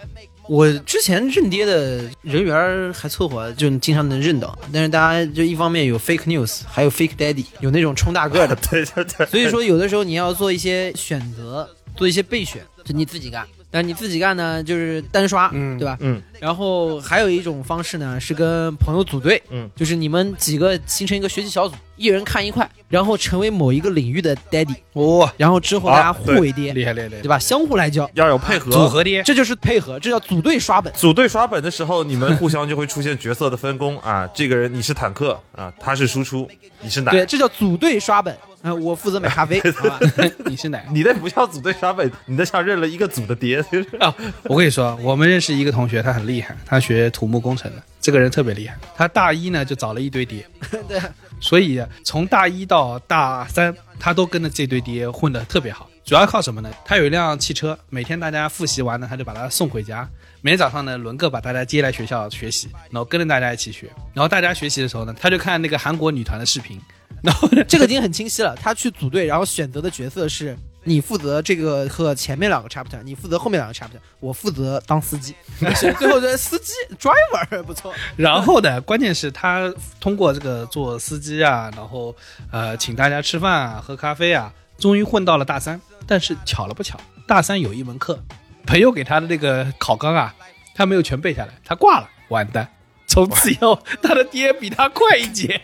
我之前认爹的人缘儿还凑合，就经常能认到。但是大家就一方面有 fake news，还有 fake daddy，有那种冲大个儿的。
对对对，
所以说，有的时候你要做一些选择，做一些备选，就你自己干。但是你自己干呢，就是单刷，对吧？
嗯，
然后还有一种方式呢，是跟朋友组队，
嗯，
就是你们几个形成一个学习小组，一人看一块，然后成为某一个领域的 daddy，
哇、
然后之后大家
啊
互
对
为爹，
厉害厉害厉害
对，吧？相互来教，
要有配合
组合爹，
这就是配合，这叫组队刷本。
组队刷本的时候，你们互相就会出现角色的分工啊。这个人你是坦克啊，他是输出，你是奶。
对，这叫组队刷本。啊、我负责买 咖啡，好吧？
你是哪个？
你那不像组队刷本，你那像认了一个组的爹。
我跟你说，我们认识一个同学，他很厉害，他学土木工程的，这个人特别厉害。他大一呢就找了一堆爹，
对，
所以啊从大一到大三，他都跟着这堆爹混得特别好。主要靠什么呢？他有一辆汽车，每天大家复习完呢，他就把它送回家。每天早上呢，轮个把大家接来学校学习，然后跟着大家一起学。然后大家学习的时候呢，他就看那个韩国女团的视频，然后呢
这个已经很清晰了。他去组队，然后选择的角色是你负责这个课前面两个 chapter，你负责后面两个 chapter，我负责当司机。所以最后的司机 driver 不错，
然后呢，关键是他通过这个做司机啊，然后呃请大家吃饭啊、喝咖啡啊，终于混到了大三。但是巧了不巧，大三有一门课，朋友给他的那个考纲啊，他没有全背下来，他挂了，完蛋。从此以后，他的爹比他快一截，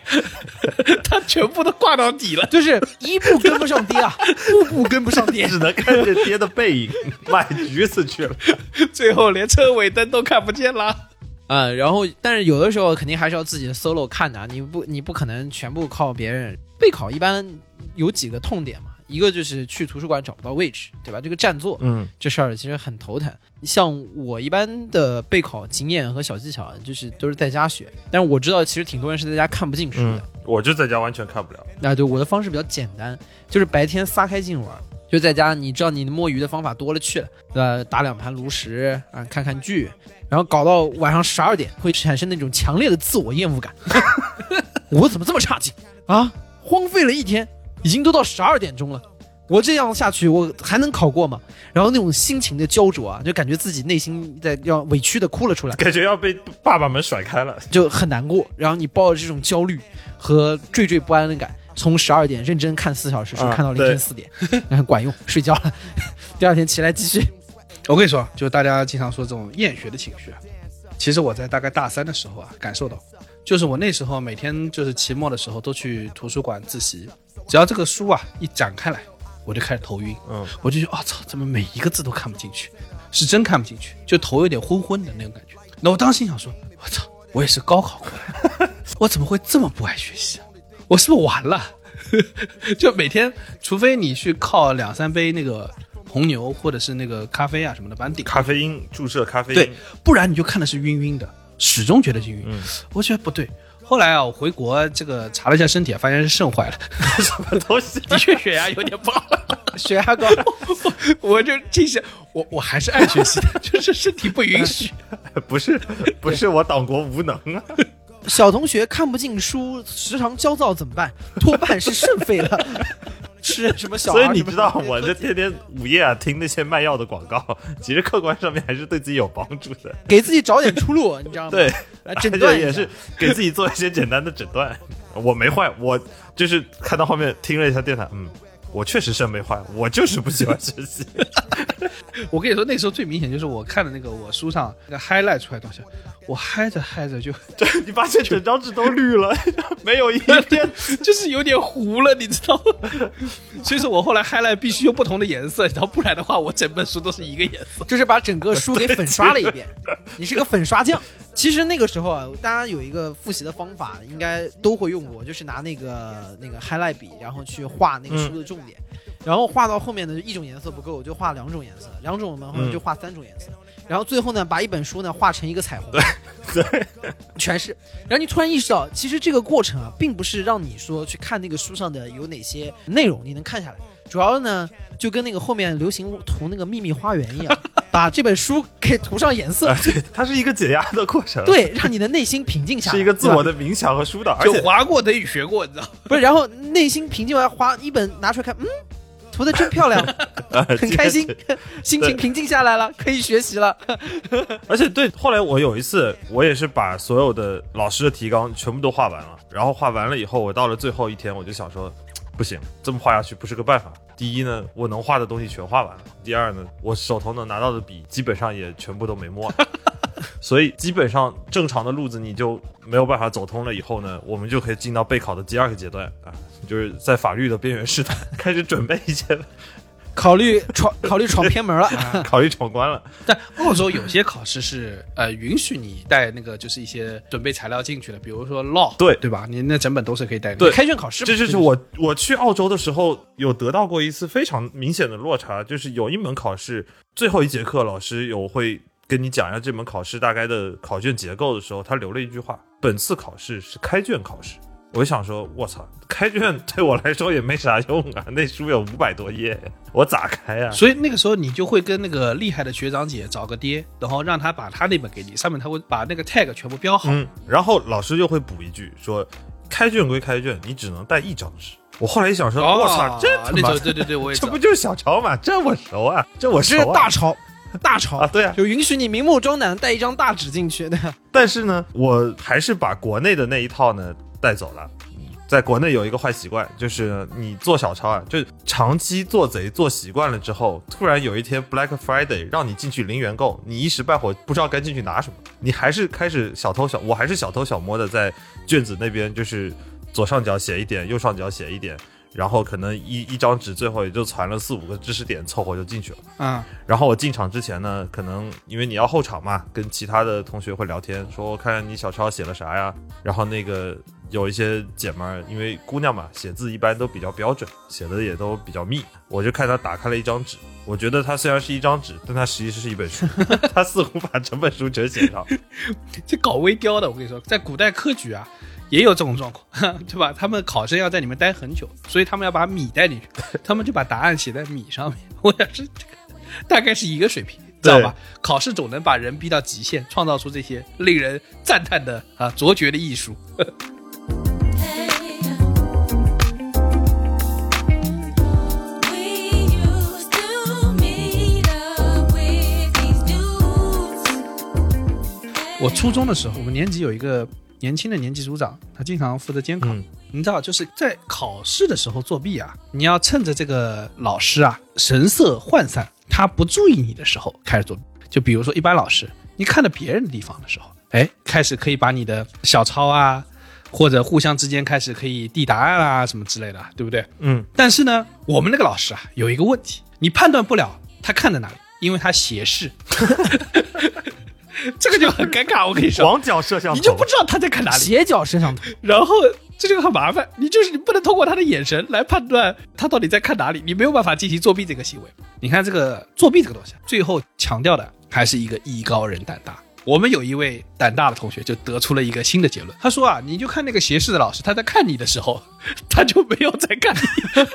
他全部都挂到底了。
就是一步跟不上爹 啊，步步跟不上 爹。
只能看着爹的背 影卖橘子去了。
最后连车尾灯都看不见了。
啊、然后但是有的时候肯定还是要自己 solo 看的啊，你不你不可能全部靠别人。备考一般有几个痛点嘛，一个就是去图书馆找不到位置，对吧？这个占座，
嗯，
这事儿其实很头疼。像我一般的备考经验和小技巧，就是都是在家学，但是我知道其实挺多人是在家看不进书的。
我就在家完全看不了。
那对我的方式比较简单，就是白天撒开劲玩儿，就在家，你知道你摸鱼的方法多了去了，呃，打两盘炉石啊、看看剧，然后搞到晚上十二点，会产生那种强烈的自我厌恶感。 我怎么这么差劲啊？荒废了一天，已经都到十二点钟了，我这样下去，我还能考过吗？然后那种心情的焦灼啊，就感觉自己内心在要委屈的哭了出来。
感觉要被爸爸们甩开了，
就很难过，然后你抱着这种焦虑和惴惴不安的感，从十二点认真看四小时书，
啊
看到凌晨
对
四点， 那很管用，睡觉了。第二天起来继续。
我跟你说，就大家经常说这种厌学的情绪啊，其实我在大概大三的时候啊，感受到，就是我那时候每天就是期末的时候都去图书馆自习，只要这个书啊一展开来，我就开始头晕，
嗯，
我就觉得啊操，怎么每一个字都看不进去，是真看不进去，就头有点昏昏的那种感觉。那我当时心想说，我操，我也是高考过来 的，我怎么会这么不爱学习啊？我是不是完了？ 就每天，除非你去靠两三杯那个红牛或者是那个咖啡啊什么的，把你顶
咖啡因注射咖啡因。
对， 嗯不然你就看的是晕晕的，始终觉得是晕晕。我觉得不对。后来啊，我回国这个查了一下身体啊，发现是肾坏了，
什么东西？
的确血压有点高了， 血压高了。我就这些，我我还是爱学习的， 就是身体不允 许。
不是，不是我党国无能啊！
小同学看不进书，时常焦躁怎么办？多半是肾 废了，吃什么小儿
所以你
什么
知道，
的
我这天天午夜啊听那些卖药的广告， 其实客观上面还是对自己有帮助的。
给自己找点出路，你知道 吗？
对，
来 诊断一下
也是给自己做一些简单的诊断。 我没坏，我就是看到后面听了一下电台，嗯，我确实肾没坏，我就是不喜欢学习。
我跟你说，那时候最明显就是我看的那个我书上那个 highlight 出来的东西，我嗨着嗨着就
对你发现整张纸都绿 了，没有一点。
就是有点糊了，你知道吗？ 所以说我后来 highlight 必须用不同的颜色，然后不然的话，我整本书都是一个颜色。
就是把整个书给粉刷了一遍。 你是个粉刷匠。其实那个时候啊，大家有一个复习的方法，应该都会用过，就是拿那个那个 highlight 笔，然后去画那个书的重点，然后画到后面呢，一种颜色不够，我就画两种颜色，两种然后就画三种颜色，然后最后呢，把一本书呢画成一个彩虹，
对，
全是。然后你突然意识到，其实这个过程啊，并不是让你说去看那个书上的有哪些内容，你能看下来。主要呢，就跟那个后面流行涂那个秘密花园 一样，把这本书给涂上颜
哎
色，
它是一个解压的过程，，
对，让你的内心平静下来，
是一个自我
的
的冥想和疏导，而
就
且
划过等于学过，你知道吗？
不是。然后内心平静完，花一本拿出来看，嗯，涂的真 漂亮，
呃
很开心，心情平静下来了，可以学习了。
而且对，后来我有一次，我也是把所有的老师的提纲全部都画完了，然后画完了以后，我到了最后一天，我就想说，不行，这么画下去不是个办法。第一呢，我能画的东西全画完了；第二呢，我手头能拿到的笔基本上也全部都没墨了。 所以基本上正常的路子你就没有办法走通了。以后呢，我们就可以进到备考的第二个阶段啊，就是在法律的边缘试探，开始准备一些
考虑闯考虑闯偏门了。啊
考虑闯关了。
但澳洲有些考试是呃允许你带那个就是一些准备材料进去的，比如说 law，
对
对吧？你那整本都是可以带的。
对
开卷考试嘛
这就是我我去澳洲的时候有得到过一次非常明显的落差，就是有一门考试最后一节课，老师有会跟你讲一下这门考试大概的考卷结构的时候，他留了一句话：本次考试是开卷考试。我就想说，我操，开卷对我来说也没啥用啊，那书有五百多页，我咋开啊呀、
所以那个时候你就会跟那个厉害的学长姐找个爹，然后让他把他那本给你，上面他会把那个 tag 全部标好。
嗯，然后老师就会补一句说，开卷归开卷，你只能带一张纸。我后来一想说，
哦
我操，这他
那
妈
种对对对，我也
这
知道
不就是小抄吗？这我熟啊，这我
这
熟
是
啊。
大潮，大潮
啊，对啊，
就允许你明目张胆地带一张大纸进去的。
但是呢，我还是把国内的那一套呢带走了。在国内有一个坏习惯，就是你做小抄啊，就是长期做贼做习惯了之后，突然有一天 Black Friday 让你进去零元购，你一时半会不知道该进去拿什么，你还是开始小偷小，我还是小偷小摸的在卷子那边，就是左上角写一点，右上角写一点，然后可能一一张纸最后也就攒了四五个知识点，凑合就进去了。
啊、
然后我进场之前呢，可能因为你要后场嘛，跟其他的同学会聊天，说我看你小抄写了啥呀？然后那个有一些姐们儿，因为姑娘嘛，写字一般都比较标准，写的也都比较密。我就看她打开了一张纸，我觉得它虽然是一张纸，但它实际是一本 书，她似乎把整本书全写上。
这搞微雕的，我跟你说，在古代科举啊。也有这种状况， 对吧？他们考生要在里面待很久，所以他们要把米带进去， 他们就把答案写在米上面。我想是这个，大概是一个水平，知道吧？考试总能把人逼到极限，创造出这些令人赞叹的啊卓绝的艺术。
We used to meet up with these dudes.
我初中的时候，我们年级有一个年轻的年级组长，他经常负责监考。
嗯
你知道，就是在考试的时候作弊啊，你要趁着这个老师啊神色涣散，他不注意你的时候开始作弊。就比如说，一般老师你看到别人的地方的时候，哎，开始可以把你的小抄啊，或者互相之间开始可以递答案啊什么之类的，对不对？
嗯，
但是呢，我们那个老师啊，有一个问题，你判断不了他看在哪里，因为他斜视， 这个就很尴尬。我跟你说，
广角摄像头，
你就不知道他在看哪里，
斜角摄像头，
然后 这就很麻烦。你就是你不能通过他的眼神来判断他到底在看哪里，你没有办法进行作弊这个行为。你看这个作弊这个东西啊，最后强调的还是一个艺高人胆大。我们有一位胆大的同学就得出了一个新的结论，他说啊，你就看那个斜视的老师，他在看你的时候，他就没有在看你。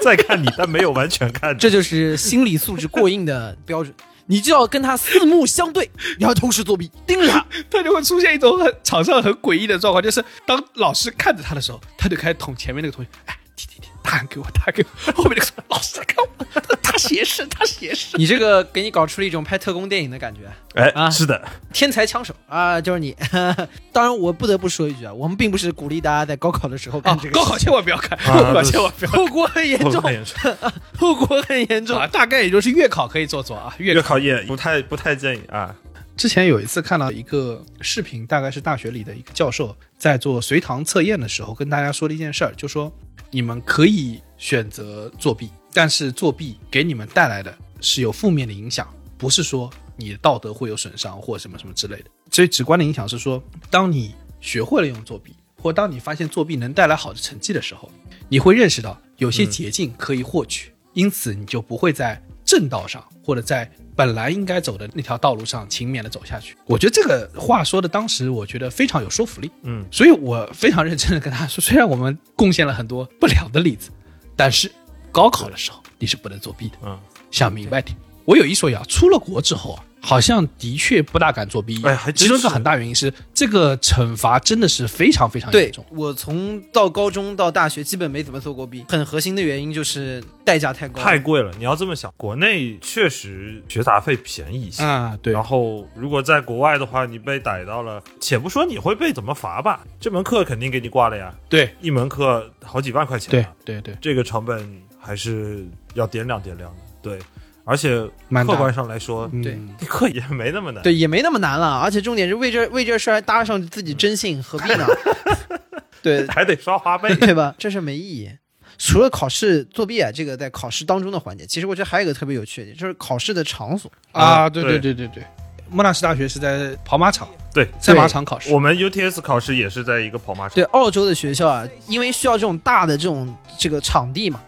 在看你，但没有完全看你。
这就是心理素质过硬的标准。你就要跟他四目相对，你要同时作弊，盯着他。
他就会出现一种很场上很诡异的状况，就是哎当老师看着他的时候，他就开始捅前面那个同学，哎，停停停，答案给我，答案给我。后面那个说老师在看我，他他斜视，他斜视。
你这个给你搞出了一种拍特工电影的感觉，
哎，
啊
是的，
天才枪手啊、就是你。 当然，我不得不说一句啊，我们并不是鼓励大家在哦高考的时 候
啊
干这，个
高
事情，
考千万不要 看，
啊
高考千万不要看。
后果很严
我
重
不，敢说
后果很严重
啊，。大概也就是月考可以做做啊。月
月
考
考也不太不太建议啊。
之前有一次看到一个视频，大概是大学里的一个教授在做随堂测验的时候，跟大家说了一件事儿，就说你们可以选择作弊，但是作弊给你们带来的是有负面的影响，不是说你的道德会有损伤或什么什么之类的。最直观的影响是说，当你学会了用作弊，或当你发现作弊能带来好的成绩的时候，你会认识到有些捷径可以获取，因此你就不会在正道上或者在本来应该走的那条道路上勤勉的走下去。我觉得这个话说的，当时我觉得非常有说服力，
嗯，
所以我非常认真的跟他说，虽然我们贡献了很多不良的例子，但是高考的时候你是不能作弊的，
嗯，
想明白点。我有一说一啊，出了国之后啊，好像的确不大敢作弊，
哎还真
其中一个
是
很大原因是这个惩罚真的是非常非常严
对
重。
我从到高中到大学基本没怎么做过弊，很核心的原因就是代价太高了。
太贵了。你要这么想，国内确实学杂费便宜一些。
啊，对
然后，如果在国外的话，你被逮到了，且不说你会被怎么罚吧，这门课肯定给你挂了呀，
对
一门课好几万块钱、
对
啊。
对对，
这个成本还是要掂量掂量的。对，而且
蛮大
客观上来说，
对
嗯
这课也没那么难。
对，也没那么难了，而且重点是为这为这事儿搭上自己真性，何必呢？ 对。
还得刷 花呗
对吧？这事儿没意义。除了考试作弊啊，这个在考试当中的环节，其实我觉得还有一个特别有趣的，就是考试的场所。
啊，对对
对
对对对，莫纳什大学是在跑马场，
对，
赛马场考试。
我们 UTS 考试也是在一个跑马场
对，，澳洲的学校啊，因为需要这种大的这种这个场地嘛，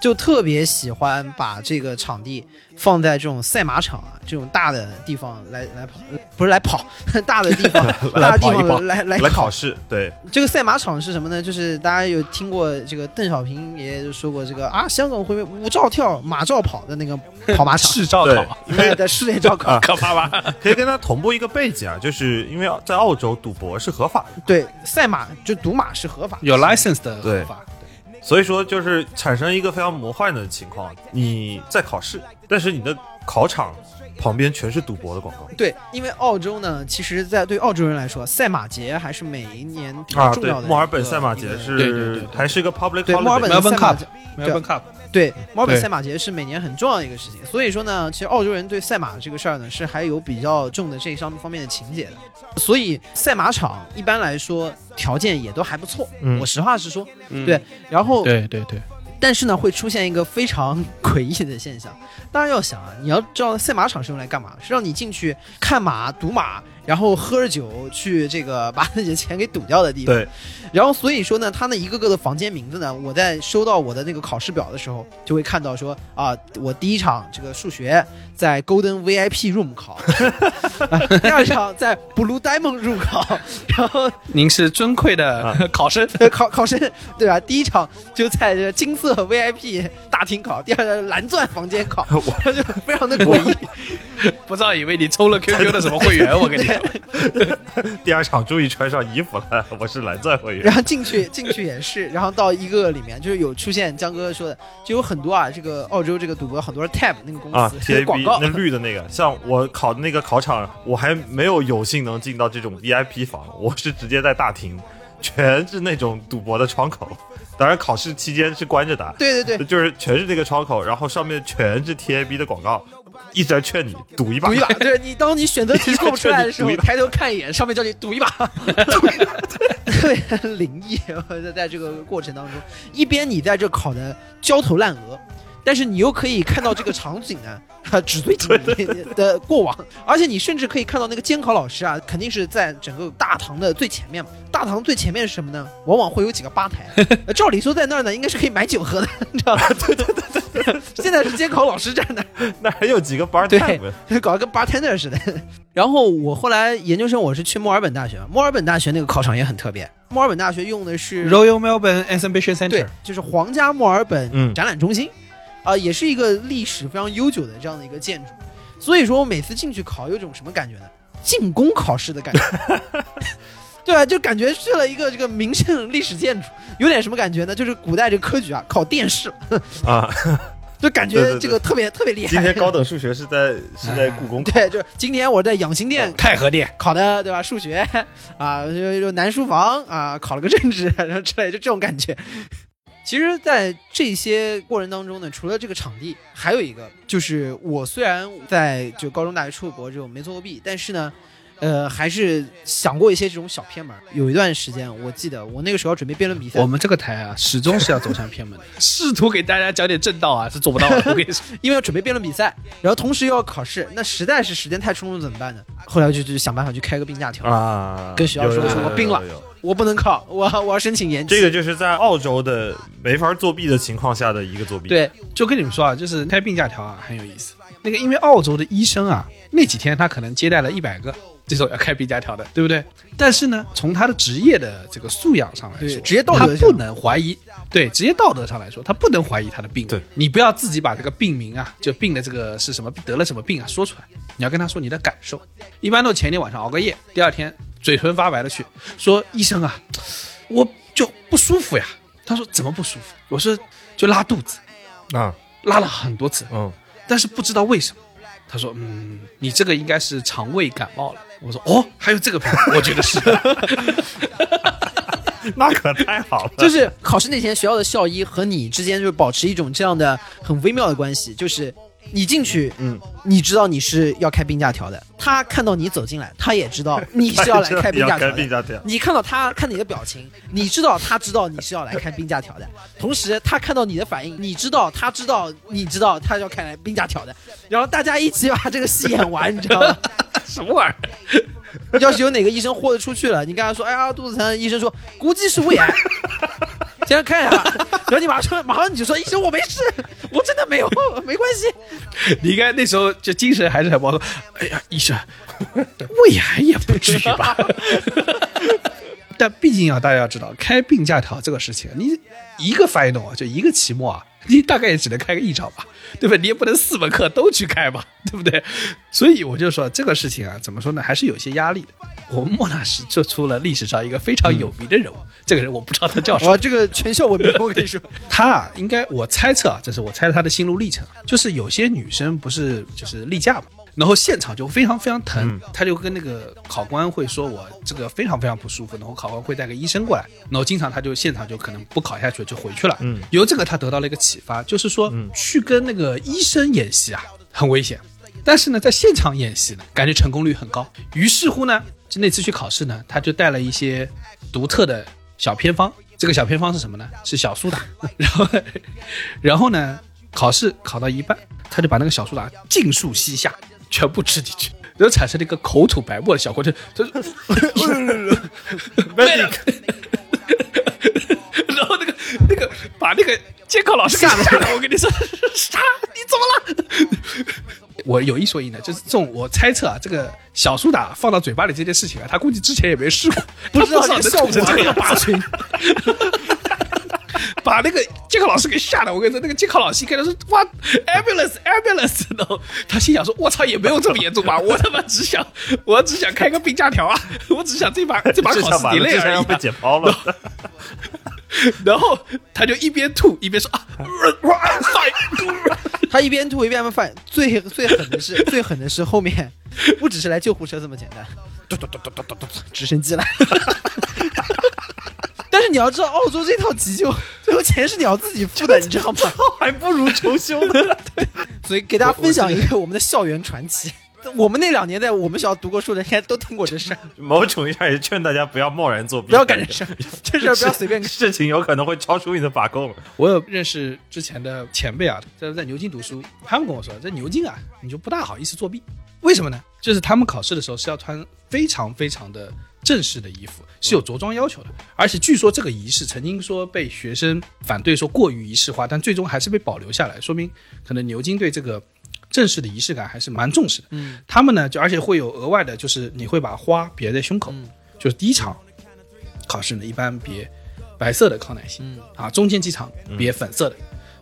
就特别喜欢把这个场地放在这种赛马场啊这种大的地方来来跑，不是来跑， 大的地方大的地
跑一跑
方来来
来
考
考试。 对，
这个赛马场是什么呢？就是大家有听过这个邓小平爷爷就说过这个啊，香港会无照跳，马照跑的那个跑 马场，
是照
对
考，
对的室 内照
啊
考，
可怕 吧？
可以跟它同步一个背景啊，就是因为在澳洲赌博是合法的，
对，赛马就赌马是合法的，
有 license 的
对
合法，
所以说就是产生一个非常魔幻的情况，你在考试，但是你的考场旁边全是赌博的广告。
对，因为澳洲呢，其实，在对澳洲人来说，赛马节还是每一年比较
啊，
重
对
要的一个、，
墨尔本赛马
一
节
个
对对对
是
对
还是一个 public
对
holiday
墨尔本
Melbourne
赛马
Cup
节
没有 Cup，
对墨尔本
对
赛马节是每年很重要的一个事情。所以说呢，其实澳洲人对赛马这个事儿呢，是还有比较重的这一方方面的情节的。所以赛马场一般来说条件也都还不错，
嗯
我实话实说。对，然后
对对对，
但是呢，会出现一个非常诡异的现象。当然要想啊，你要知道赛马场是用来干嘛？是让你进去看马、赌马，然后喝着酒去这个把自己的钱给赌掉的地方。
对，
然后所以说呢，他那一个个的房间名字呢，我在收到我的那个考试表的时候，就会看到说啊，我第一场这个数学在 Golden VIP Room 考， 啊第二场在 Blue Diamond Room 考， 然后
您是尊贵的考生，
呃 考考生对吧？第一场就在这金色 VIP 大厅考，第二场蓝钻房间考，然后就非常的诡异。
不知道以为你抽了 QQ 的什么会员，我跟你 讲，
第二场注意穿上衣服了，我是蓝钻会 员
然。后进去进去也是，然后到一个个里面，就是有出现江哥说的，就有很多啊，这个澳洲这个赌博很多是 Tab 那个公
啊
司、的广
，TAB
告
那，绿的那个，像我考的那个考场，我还没有有幸能进到这种 VIP 房，我是直接在大厅，全是那种赌博的窗口。当然，考试期间是关着的，
对对对，
就是全是这个窗口，然后上面全是 TAB 的广告，一直在劝你赌一把，
赌 一把。 对你，当你选择题做不出来的时候
赌，一把
抬头看一眼，上面叫你赌一把，赌一把，特别灵异。我在在这个过程当中，一边你在这考的焦头烂额，但是你又可以看到这个场景呢， 啊纸醉金迷的过往，而且你甚至可以看到那个监考老师啊，肯定是在整个大堂的最前面嘛。大堂最前面是什么呢？往往会有几个吧台， 呃照理说在那儿呢，应该是可以买酒喝的，你知 道吗？对对对对对，现在是监考老师站那儿。
那还有几个 bar
对
time，
搞得跟 bartender 似的。然后我后来研究生我是去墨尔本大学，墨尔本大学那个考场也很特别。墨尔本大学用的是
Royal Melbourne Exhibition
对
Center，，
就是皇家墨尔本
嗯
展览中心，啊、也是一个历史非常悠久的这样的一个建筑。所以说我每次进去考，有一种什么感觉呢？进宫考试的感觉。 对吧？就感觉去了一个这个名胜历史建筑，有点什么感觉呢？就是古代这个科举啊，考殿试，
啊。
就感
对
觉
对对
这个特别特别厉害。
今天高等数学是在是在故宫考，
对，就是今天我在养心殿
哦太和殿，
考的对吧？数学啊，就就南书房啊，考了个政治， 然后之类，就这种感觉。其实，在这些过程当中呢，除了这个场地，还有一个就是我虽然在就高中、大学出国这种没做过弊，但是呢，呃，还是想过一些这种小偏门。有一段时间，我记得我那个时候要准备辩论比赛
我，们这个台啊，始终是要走向偏门的， 试图给大家讲点正道啊，是做不到的。 我跟你说，
因为要准备辩论比赛，然后同时又要考试，那实在是时间太充足怎么办呢？后来就就想办法去开个病假条，
啊，
哎跟学校
有
说
有
说
有
我病了
有有有
我不能考，我我要申请延期。
这个就是在澳洲的没法作弊的情况下的一个作弊。，
对，
就跟你们说啊，就是开病假条啊，很有意思。那个因为澳洲的医生啊，那几天他可能接待了一百个这种要开病假条的，对不对？但是呢，从他的职业的这个素养上来
对
说，
职业道德
他不能怀疑，对职业道德上来说，他不能怀疑他的病。
对，
你不要自己把这个病名啊，就病的这个是什么，得了什么病啊说出来，你要跟他说你的感受。一般都前一天晚上熬个夜，第二天嘴唇发白的去说医生啊，我就不舒服呀。他说怎么不舒服？我说就拉肚子。
啊，
拉了很多次，
嗯，
但是不知道为什么。他说：“嗯，你这个应该是肠胃感冒了。”我说：“哦，还有这个病，我觉得是。
那可太好了。
就是考试那天，学校的校医和你之间就是保持一种这样的很微妙的关系，就是你进去，
嗯，
你知道你是要开病假条的，他看到你走进来，他也知道你是要来开病假条
开
的
病。假条，
你看到他看你的表情，你知道他知道你是要来开病假条的，同时他看到你的反应，你知道他知道你知道他要开来病假条的，然后大家一起把这个戏演完，你知道吗？
什么玩意儿？
要是有哪个医生豁得出去了，你跟他说，哎呀肚子疼，医生说估计是胃癌， 先生看一下，然后你马上马上你就说医生我没事，我真的没有，没关系，
你应该那时候就精神还是很饱满。哎呀，医生，胃癌也不至于吧？ 但毕竟啊，大家要知道，开病假条这个事情，你一个 final 啊，就一个期末啊，你大概也只能开个一场吧，对吧？你也不能四门课都去开吧，对不对？所以我就说这个事情啊，怎么说呢，还是有些压力的。我们莫纳什做出了历史上一个非常有名的人物，这个人我不知道他叫什么
我，这个全校闻名，我跟你说，
她啊，应该我猜测啊，这是我猜她的心路历程啊，就是有些女生不是就是例假嘛，然后现场就非常非常疼，她就跟那个考官会说我这个非常非常不舒服，然后考官会带个医生过来，然后经常她就现场就可能不考下去了就回去了，
嗯
由这个她得到了一个启发，就是说、去跟那个医生演戏啊很危险，但是呢，在现场演戏呢，感觉成功率很高。于是乎呢，就那次去考试呢，他就带了一些独特的小偏方。这个小偏方是什么呢？是小苏打。 然后，然后呢，考试考到一半，他就把那个小苏打尽数吸下，全部吃进去，然后产生了一个口吐白沫的小过 程。他说没了。 然后那个那个把那个监考老师给吓得，我跟你说， 啥？你怎么了？ 我有一说一呢，就是这种我猜测啊，这个小苏打放到嘴巴里这件事情啊，他估计之前也没试 过，不
知道
能
这个效果啊
成这个样子。 把那个监考老师给吓得，我跟你说，那个监考老师一看到说哇，ambulance ambulance，然 后他心想说，我操，也没有这么严重吧，我他妈只想，我只想开个病假条啊，我只想这把这把
这
考
下
试
完
delay
了，
而已
这
啊、
哎
下要被解剖了。
然后他就一边吐一边说啊，我 I'm fine。
他一边吐一边骂饭，最最狠 的是最狠的是后面不只是来救护车这么简单，嘟嘟嘟嘟嘟嘟嘟，直升机来。 但是你要知道，澳洲这套急救，最后钱是你要自己付的，你知道吗？
还不如重修呢。
所以给大家分享一个我们的校园传奇。我们那两年在我们学校读过书的，应该都听过这事儿，
某种意义上也劝大家不要贸然作弊，
不要干这事儿，这事儿不要随便干。
事情有可能会超出你的把控。
我有认识之前的前辈啊，在在牛津读书，他们跟我说，在牛津啊，你就不大好意思作弊，为什么呢？就是他们考试的时候是要穿非常非常的正式的衣服，是有着装要求的，而且据说这个仪式曾经说被学生反对说过于仪式化，但最终还是被保留下来，说明可能牛津对这个正式的仪式感还是蛮重视的。嗯，他们呢，就而且会有额外的，就是你会把花别在胸口，就是第一场考试呢，一般别白色的康乃馨，啊，中间几场别粉色的，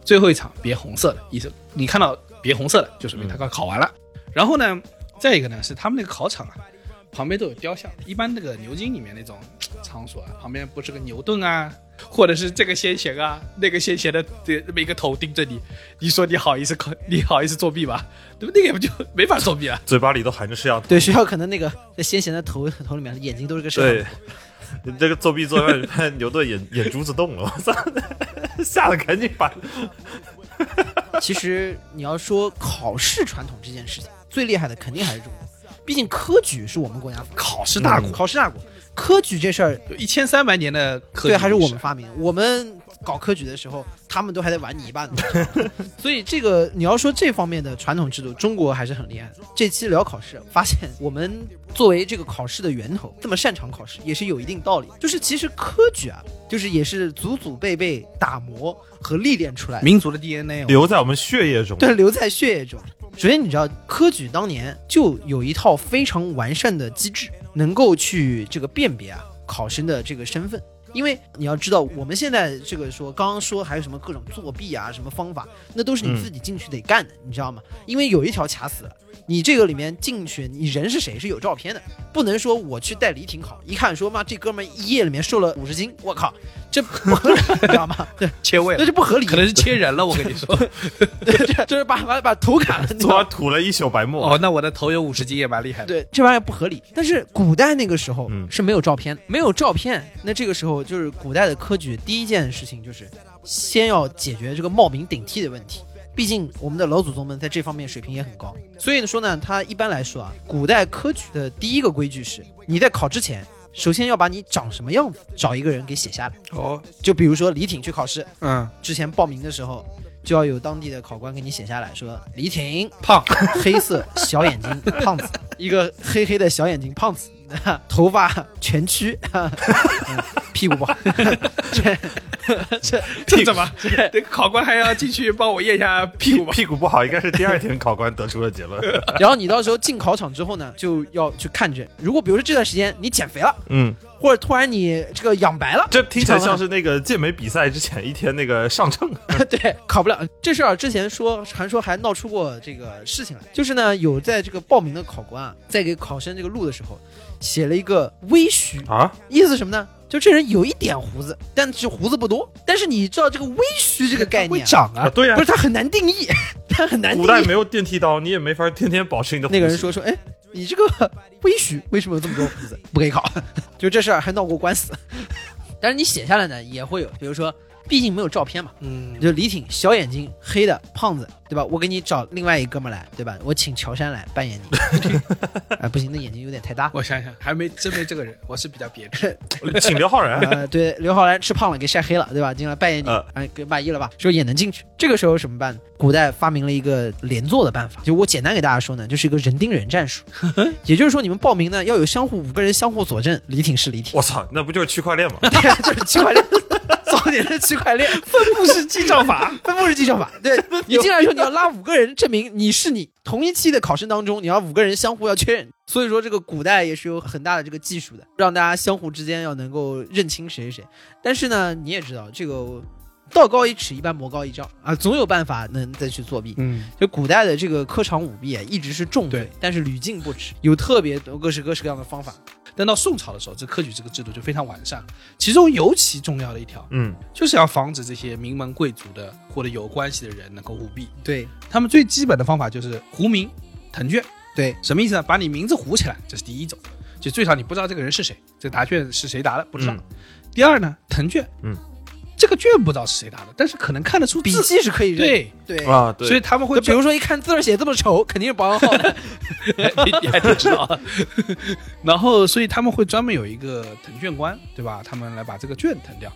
最后一场别红色的，意思你看到别红色的，就说明他快考完了。然后呢，再一个呢是他们那个考场啊，旁边都有雕像，一般那个牛津里面那种嘖场所啊，旁边不是个牛顿啊。或者是这个先贤啊，那个先贤的这那么一个头盯着你，你说你好意思考，你好意思作弊吗？ 对不对？那个就没法作弊了。啊
嘴巴里都含着摄像头。
对，学校可能那个在先贤的头头里面，眼睛都是个摄像
对
头。，
你这个作弊作让看牛顿眼眼珠子动了，我操！ 吓得赶紧把
其实你要说考试传统这件事情，最厉害的肯定还是中国，毕竟科举是我们国家
考试大国，
考试大国，科举这事儿
有一千三百年的科
对啊
技
还是
历
我
史
们发明的。我们搞科举的时候，他们都还在玩泥巴呢。 所以这个你要说这方面的传统制度，中国还是很厉害的。这期聊考试，发现我们作为这个考试的源头，这么擅长考试也是有一定道理。就是其实科举啊，就是也是祖祖辈辈打磨和历练出来的。
民族的 DNA 哦。
留在我们血液中。
对，留在血液中。首先，你知道科举当年就有一套非常完善的机制，能够去这个辨别啊考生的这个身份。因为你要知道，我们现在这个说刚刚说还有什么各种作弊啊，什么方法，那都是你
嗯
自己进去得干的，你知道吗？因为有一条卡死了，你这个里面进去，你人是谁是有照片的，不能说我去带李挺考，一看说妈这哥们儿一夜里面瘦了五十斤，我靠，这不 合理，你知道吗？对，
切位
那
了，
就不合理，
可能是切人了。我跟你 说，
对，就是把把把头砍了，你知
昨
道吗
晚吐了一宿白沫。
哦，那我的头有五十斤也蛮厉害的。，
对，这玩意儿不合理。但是古代那个时候
嗯
是没有照片的，没有照片，那这个时候就是古代的科举第一件事情就是先要解决这个冒名顶替的问题。毕竟我们的老祖宗们在这方面水平也很高。所以说呢，它一般来说啊，古代科举的第一个规矩是，你在考之前，首先要把你长什么样子找一个人给写下来。
哦，
就比如说李挺去考试
嗯，
之前报名的时候，就要有当地的考官给你写下来说，李挺
胖，
黑色小眼睛胖子，一个黑黑的小眼睛胖子，头发全曲， 嗯屁股不好，这这
这怎么？这考官还要进去帮我验一下屁股吧？
屁股不好，应该是第二天考官得出了结论。
然后你到时候进考场之后呢，就要去看着，如果比如说这段时间你减肥了，
嗯，
或者突然你这个养白了，
这听起来像是那个健美比赛之前一天那个上秤。
对，考不了这事儿。之前说传说还闹出过这个事情来，就是呢，有在这个报名的考官啊，在给考生这个录的时候，写了一个微虚
啊，
意思是什么呢？就这人有一点胡子，但是胡子不多。但是你知道这个微虚这个 概
会
念啊、
长啊
啊，对呀、
不是它很难定义， 它很难定
古代
义。
没有电剃刀，你也没法天天保持你的。
那个人，说说，哎，你这个微虚为什么有这么多胡子？ 不给考，就这事儿还闹过官司。 但是你写下来呢，也会有，比如说，毕竟没有照片嘛，
嗯，
就李挺小眼睛黑的胖子，对吧？我给你找另外一哥们儿来，对吧？我请乔杉来扮演你。 啊、不行，那眼睛有点太大。
我想想，还没真没这个人，我是比较别致。
请刘昊然。啊
呃，对，刘昊然吃胖了，给晒黑了，对吧？进来扮演你，
呃
哎，给满意了吧？说也能进去。这个时候什么办呢？古代发明了一个连坐的办法，就我简单给大家说呢，就是一个人盯人战术， 也就是说你们报名呢要有相互五个人相互佐证，李挺是李挺，
我操，那不就是区块链 吗？
就是区块链。早年的区块链分布式记账法，分布式记账法。对你进来的时候，你要拉五个人证明你是你。同一期的考生当中，你要五个人相互要确认。所以说，这个古代也是有很大的这个技术的，让大家相互之间要能够认清谁是谁。但是呢，你也知道，这个道高一尺，一般魔高一丈啊，总有办法能再去作弊。
嗯，
就古代的这个科场舞弊啊，一直是重罪
对，
但是屡禁不止，有特别多各式各式各样的方法。
但到宋朝的时候，这科举这个制度就非常完善，其中尤其重要的一条
嗯，
就是要防止这些名门贵族的或者有关系的人能够舞弊。
对
他们最基本的方法就是糊名腾卷，
对，
什么意思呢？把你名字糊起来，这是第一种，就最少你不知道这个人是谁，这答卷是谁答的不知道。
嗯
第二呢，腾卷，
嗯，
这个卷不知道是谁答的，但是可能看得出
笔
字，
记是可以认的。
对，
对对
啊，对，
所以他们会
就比如说一看字儿写这么丑，肯定是保安号的。
你你还真知道。然后，所以他们会专门有一个腾卷官，对吧？他们来把这个卷腾掉。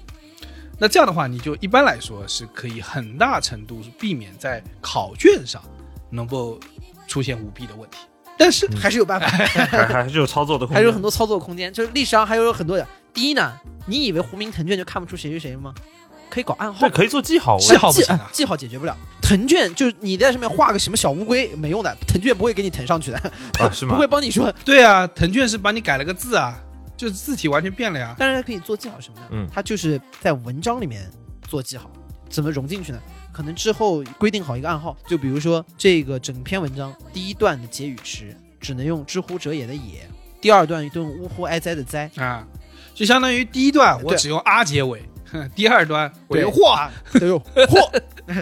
那这样的话，你就一般来说是可以很大程度是避免在考卷上能够出现舞弊的问题。但是，
还是有办法，
还还是有操作的空间，
还是有很多操作空间。就是历史上还有很多的。第一呢，你以为胡明腾卷就看不出谁是谁吗？可以搞暗号
对，，可以做记号。我
是记号不
记哎
行啊
记号解决不了。腾卷就是你在上面画个什么小乌龟没用的，腾卷不会给你腾上去的，
啊，是
不
吗
会？帮你说。
对啊，腾卷是把你改了个字啊，就是字体完全变了呀。
但是它可以做记号什么的，
嗯
它就是在文章里面做记号，怎么融进去呢？可能之后规定好一个暗号，就比如说这个整篇文章第一段的结语词只能用“知乎者也”的“也”，第二段用“呜呼哀哉”的“哉
啊，就相当于第一段我
对
只用啊结尾， 哼第二段我
对
用嚯，”，
都用“嚯”，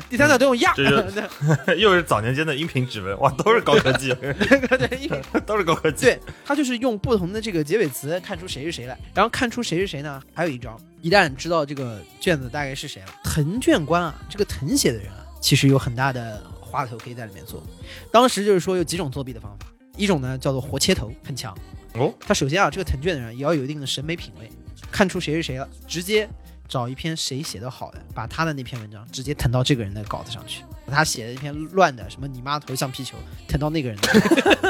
第三段都用“呀”，
这是 又是早年间的音频指纹，哇，都是高科技，
对，因为
都是高科技。
对，他就是用不同的这个结尾词看出谁是谁来，然后看出谁是谁呢？还有一招，一旦知道这个卷子大概是谁了，誊卷官啊，这个誊写的人啊，其实有很大的花头可以在里面做。当时就是说有几种作弊的方法，一种呢叫做活切头，很强。
哦，
他首先啊，这个誊卷的人也要有一定的审美品味，看出谁是谁了，直接找一篇谁写的好的，把他的那篇文章直接腾到这个人的稿子上去，把他写的一篇乱的什么你妈头像皮球腾到那个人的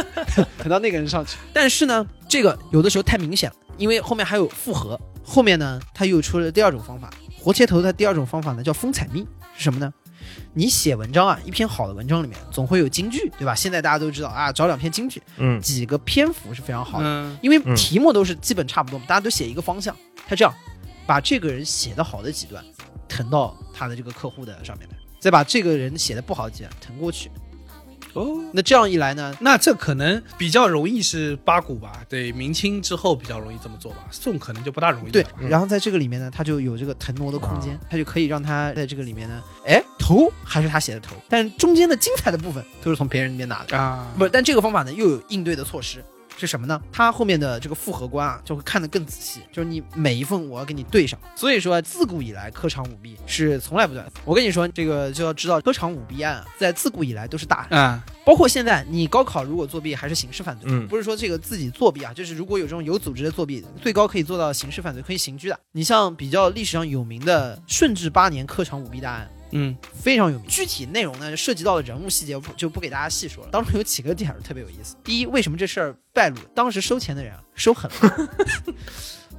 腾到那个人上去。但是呢，这个有的时候太明显了，因为后面还有复合。后面呢，他又出了第二种方法，活切头的第二种方法呢叫风采密，是什么呢？你写文章啊，一篇好的文章里面总会有金句，对吧？现在大家都知道啊，找两篇金句，
嗯，
几个篇幅是非常好的。
嗯，
因为题目都是基本差不多嘛，大家都写一个方向。他这样把这个人写的好的几段腾到他的这个客户的上面来，再把这个人写的不好的几段腾过去。
哦。
那这样一来呢，
那这可能比较容易是八股吧，对，明清之后比较容易这么做吧，宋可能就不大容易了嗯
对
吧，
然后在这个里嗯面呢，他就有这个腾挪的空间，他就可以让他在这个里面呢，啊哎，头还是他写的头，但中间的精彩的部分都是从别人那边拿的。
啊，
不，但这个方法呢又有应对的措施。是什么呢？它后面的这个复合关啊，就会看得更仔细，就是你每一份我要给你对上。所以说，自古以来科场舞弊是从来不断的。我跟你说，这个就要知道科场舞弊案啊，在自古以来都是大案，
啊，
包括现在你高考如果作弊还是刑事犯罪，
嗯
不是说这个自己作弊啊，就是如果有这种有组织的作弊，最高可以做到刑事犯罪，可以刑拘的。你像比较历史上有名的顺治八年科场舞弊大案。
嗯，
非常有名。具体内容呢，涉及到的人物细节我不就不给大家细说了。当中有几个点儿特别有意思。第一，为什么这事儿败露？当时收钱的人啊收狠了，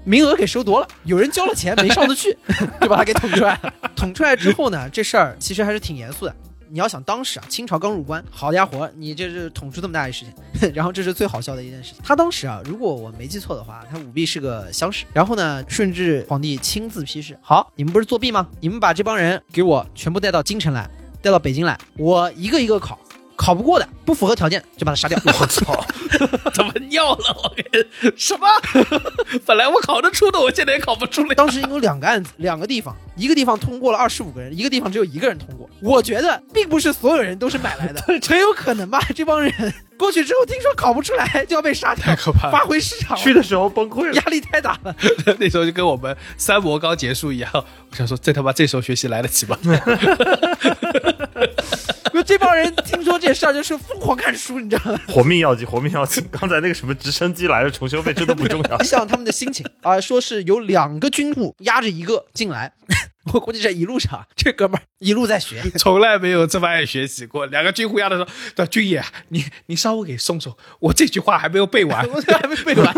名额给收多了，有人交了钱没上得去， 就把他给捅出来了。捅出来之后呢，这事儿其实还是挺严肃的。你要想当时啊，清朝刚入关，好家伙，你这是捅出这么大一事情， 然后这是最好笑的一件事情。他当时啊，如果我没记错的话，他舞弊是个乡试，然后呢，顺治皇帝亲自批示，好，你们不是作弊吗？你们把这帮人给我全部带到京城来，带到北京来，我一个一个考，考不过的，不符合条件就把他杀掉。 我操！
怎么尿了？我跟什么？ 本来我考得出的，我现在也考不出来。
当时有两个案子，两个地方，一个地方通过了二十五个人，一个地方只有一个人通过。我觉得并不是所有人都是买来的，很有可能吧。 这帮人 过去之后，听说考不出来就要被 杀掉，
可怕了
发回市场，
去的时候崩溃了
压。力太大了。
那时候就跟我们三模刚结束一样，我想说，这他妈这时候学习来得及吗？
这帮人听说这事儿就是疯狂看书，你知 道吗？
活命要紧，活命要紧。 刚才那个什么直升机来了，重修费，这都不重要
你。想他们的心情啊、说是有两个军户压着一个进来， 我估计这一路上这哥们儿一路在学。
从来没有这么爱学习过。两个军护丫头说：“对，军爷，你你稍微给松手，我这句话还没有背完， 我还没背完。”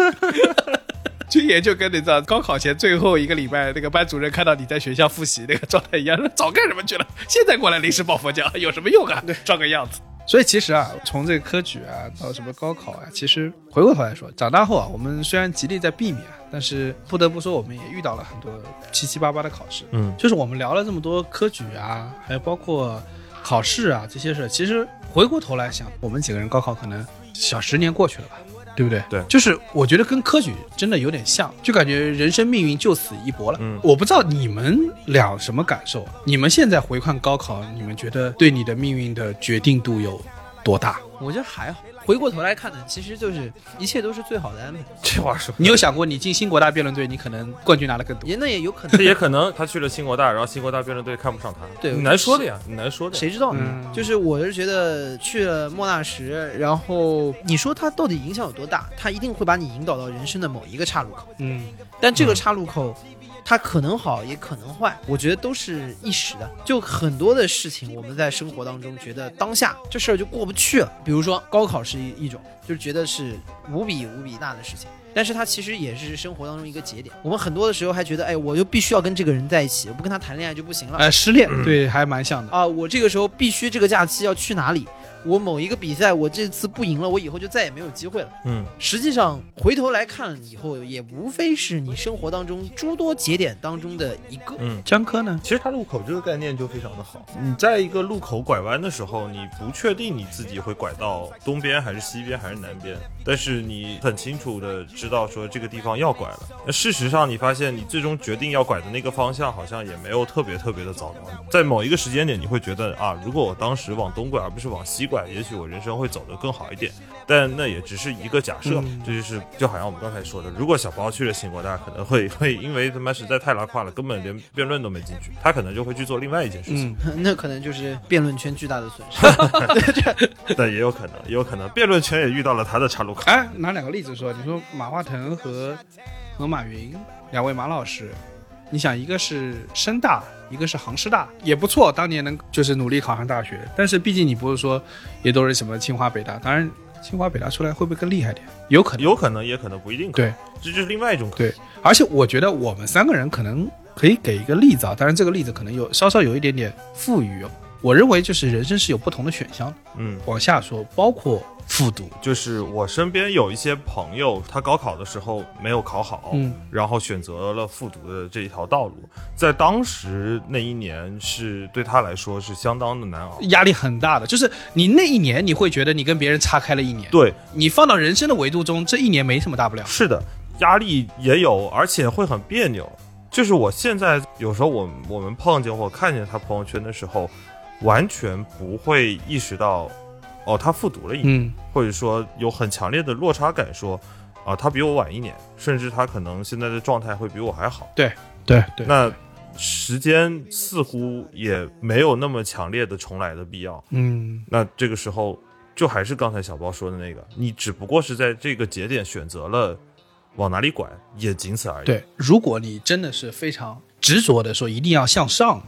军爷就跟你知道高考前最后一个礼拜，那个班主任看到你在学校复习那个状态一样，说早干什么去了？现在过来临时抱佛脚有什么用啊？装个样子。所以其实啊，从这个科举啊到什么高考啊，其实回过头来说，长大后啊，我们虽然极力在避免，但是不得不说，我们也遇到了很多七七八八的考试。
嗯，
就是我们聊了这么多科举啊，还有包括考试啊这些事儿，其实回过头来想，我们几个人高考可能小十年过去了吧，对不对？
对
就是我觉得跟科举真的有点像，就感觉人生命运就此一搏了。
嗯
我不知道你们俩什么感受，啊你们现在回看高考，你们觉得对你的命运的决定度有多大？
我觉得还好，回过头来看呢，其实就是一切都是最好的安排。
这话说，
你有想过你进新国大辩论队，你可能冠军拿的更
嗯
多？
也那也有可能
这，也可能他去了新国大，然后新国大辩论队看不上他，
对
你难说的呀，你难说的呀。
谁知道呢？
嗯
就是我是觉得去了莫纳什，然后你说它到底影响有多大？它一定会把你引导到人生的某一个岔路口，
嗯，
但这个岔路口。它可能好，也可能坏，我觉得都是一时的。就很多的事情，我们在生活当中觉得当下这事儿就过不去了。比如说高考是一一种，就是觉得是无比无比大的事情，但是它其实也是生活当中一个节点。我们很多的时候还觉得，哎，我就必须要跟这个人在一起，我不跟他谈恋爱就不行了。
呃，失恋对，还蛮像的。
啊，我这个时候必须这个假期要去哪里？我某一个比赛，我这次不赢了，我以后就再也没有机会了。
嗯，
实际上回头来看以后，也无非是你生活当中诸多节点当中的一个。
嗯。
江科呢？
其实它路口这个概念就非常的好。你在一个路口拐弯的时候，你不确定你自己会拐到东边还是西边还是南边，但是你很清楚的知道说这个地方要拐了。那事实上，你发现你最终决定要拐的那个方向好像也没有特别特别的糟糕。在某一个时间点，你会觉得啊，如果我当时往东拐而不是往西拐，也许我人生会走得更好一点。但那也只是一个假设，
嗯
这就是就好像我们刚才说的，如果小包去了新国大，可能会 会因为他妈实在太拉胯了，根本连辩论都没进去，他可能就会去做另外一件事情。
嗯，
那可能就是辩论圈巨大的损 失。
但也有可能，也有可能辩论圈也遇到了他的岔路口。
哎，拿两个例子说，你说马化腾和和马云两位马老师，你想一个是深大，一个是杭师大，也不错，当年能就是努力考上大学，但是毕竟你不是说也都是什么清华北大，当然清华北大出来会不会更厉害点？有可能，
有可能，也可能不一定。
嗯对，
这就是另外一种可能。
对，而且我觉得我们三个人可能可以给一个例子啊，当然这个例子可能有稍稍有一点点富余、哦。我认为就是人生是有不同的选项的，
嗯，
往下说，包括复读，
就是我身边有一些朋友，他高考的时候没有考好，
嗯
然后选择了复读的这一条道路，在当时那一年是对他来说是相当的难熬。
压力很大的，就是你那一年你会觉得你跟别人差开了一年，
对，
你放到人生的维度中，这一年没什么大不了。
是的，压力也有，而且会很别扭。就是我现在有时候我我们碰见或看见他朋友圈的时候，完全不会意识到哦，他复读了一年，
嗯
或者说有很强烈的落差感说，啊，他比我晚一年，甚至他可能现在的状态会比我还好。
对对，
那时间似乎也没有那么强烈的重来的必要。
嗯
那这个时候，就还是刚才小包说的那个，你只不过是在这个节点选择了往哪里拐，也仅此而已。，
对，如果你真的是非常执着的说一定要向上，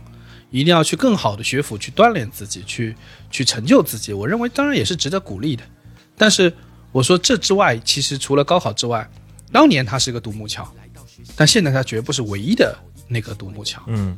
一定要去更好的学府去锻炼自己，去去成就自己，我认为当然也是值得鼓励的。但是我说这之外，其实除了高考之外，当年它是个独木桥，但现在它绝不是唯一的那个独木桥。
嗯，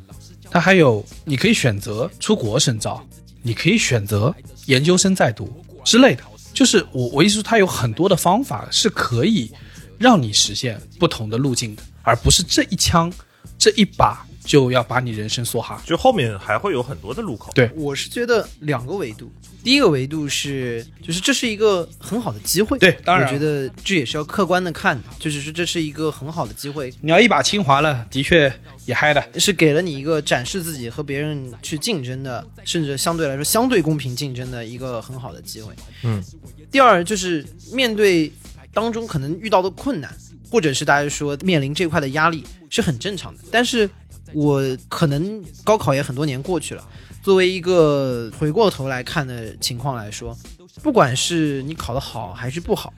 它还有你可以选择出国深造，你可以选择研究生在读之类的。就是我我意思，它有很多的方法是可以让你实现不同的路径的，而不是这一枪这一把就要把你人生梭哈。
就后面还会有很多的路口。
对
我是觉得两个维度，第一个维度是，就是这是一个很好的机会，
对当然
我觉得这也是要客观的看的，就是说这是一个很好的机会，
你要一把清华了，的确也嗨的。
是给了你一个展示自己和别人去竞争的，甚至相对来说相对公平竞争的一个很好的机会。
嗯，
第二就是面对当中可能遇到的困难，或者是大家说面临这块的压力是很正常的。但是我可能高考也很多年过去了，作为一个回过头来看的情况来说，不管是你考得好还是不好，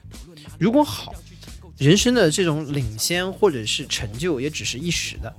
如果好，人生的这种领先或者是成就也只是一时的。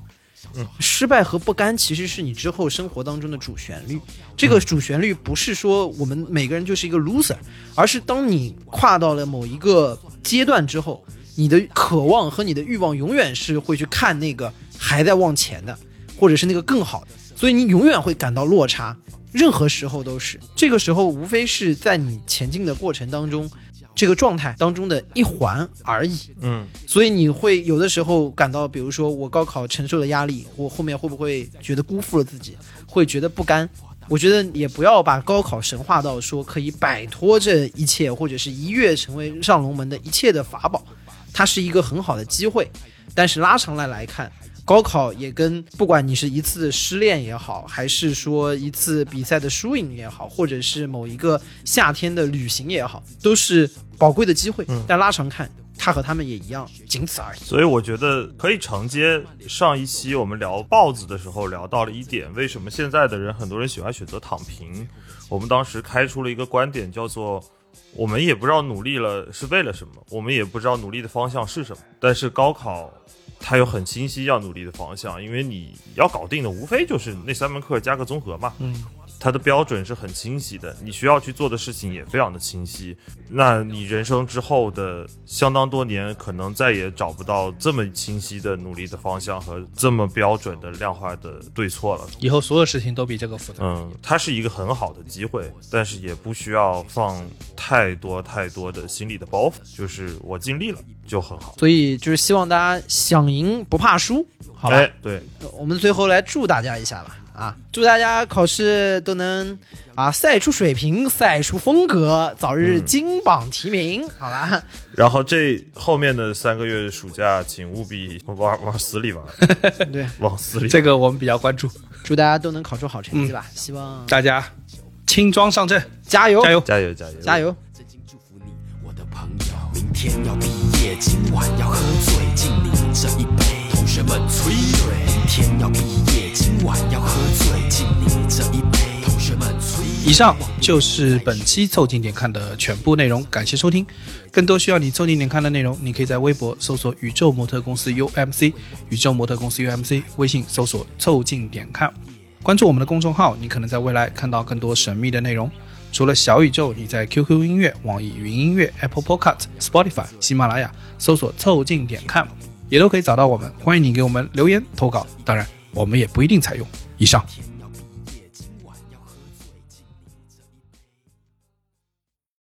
失败和不甘其实是你之后生活当中的主旋律。这个主旋律不是说我们每个人就是一个 loser，而是当你跨到了某一个阶段之后，你的渴望和你的欲望永远是会去看那个还在往前的，或者是那个更好的，所以你永远会感到落差。任何时候都是，这个时候无非是在你前进的过程当中，这个状态当中的一环而已。
嗯，
所以你会有的时候感到，比如说我高考承受的压力，我后面会不会觉得辜负了自己，会觉得不甘？我觉得也不要把高考神化到说可以摆脱这一切，或者是一跃成为上龙门的一切的法宝，它是一个很好的机会。但是拉长来来看，高考也跟不管你是一次失恋也好，还是说一次比赛的输赢也好，或者是某一个夏天的旅行也好，都是宝贵的机会。但拉长看，他和他们也一样，仅此而已。
所以我觉得可以承接上一期我们聊豹子的时候聊到了一点，为什么现在的人很多人喜欢选择躺平？我们当时开出了一个观点，叫做我们也不知道努力了是为了什么，我们也不知道努力的方向是什么。但是高考它有很清晰要努力的方向，因为你要搞定的无非就是那三门课加个综合嘛。
嗯，
它的标准是很清晰的，你需要去做的事情也非常的清晰。那你人生之后的相当多年，可能再也找不到这么清晰的努力的方向和这么标准的量化的对错了。
以后所有事情都比这个复杂。
嗯，它是一个很好的机会，但是也不需要放太多太多的心理的包袱，就是我尽力了就很好。
所以就是希望大家想赢不怕输，好吧？
哎，对，
我们最后来祝大家一下吧，啊，祝大家考试都能啊赛出水平，赛出风格，早日金榜题名，好吧？
然后这后面的三个月暑假，请务必往往死里玩，
对，
往死里玩。
这个我们比较关注，
祝大家都能考出好成绩吧，希望
大家轻装上阵，
加油
加油！
加油加油
加！油！
我的朋友，明天要毕业，今晚要喝醉，敬你这一杯。同学们催泪，明天要毕业，今晚要喝醉，敬你这一杯。同学们催泪。
以上就是本期《凑近点看》的全部内容，感谢收听。更多需要你凑近点看的内容，你可以在微博搜索“宇宙模特公司 UMC”，宇宙模特公司 UMC，微信搜索“凑近点看”，关注我们的公众号，你可能在未来看到更多神秘的内容。除了小宇宙，你在 QQ 音乐、网易云音乐、Apple Podcast、Spotify、喜马拉雅搜索“凑近点看”，也都可以找到我们。欢迎你给我们留言投稿，当然我们也不一定采用。以上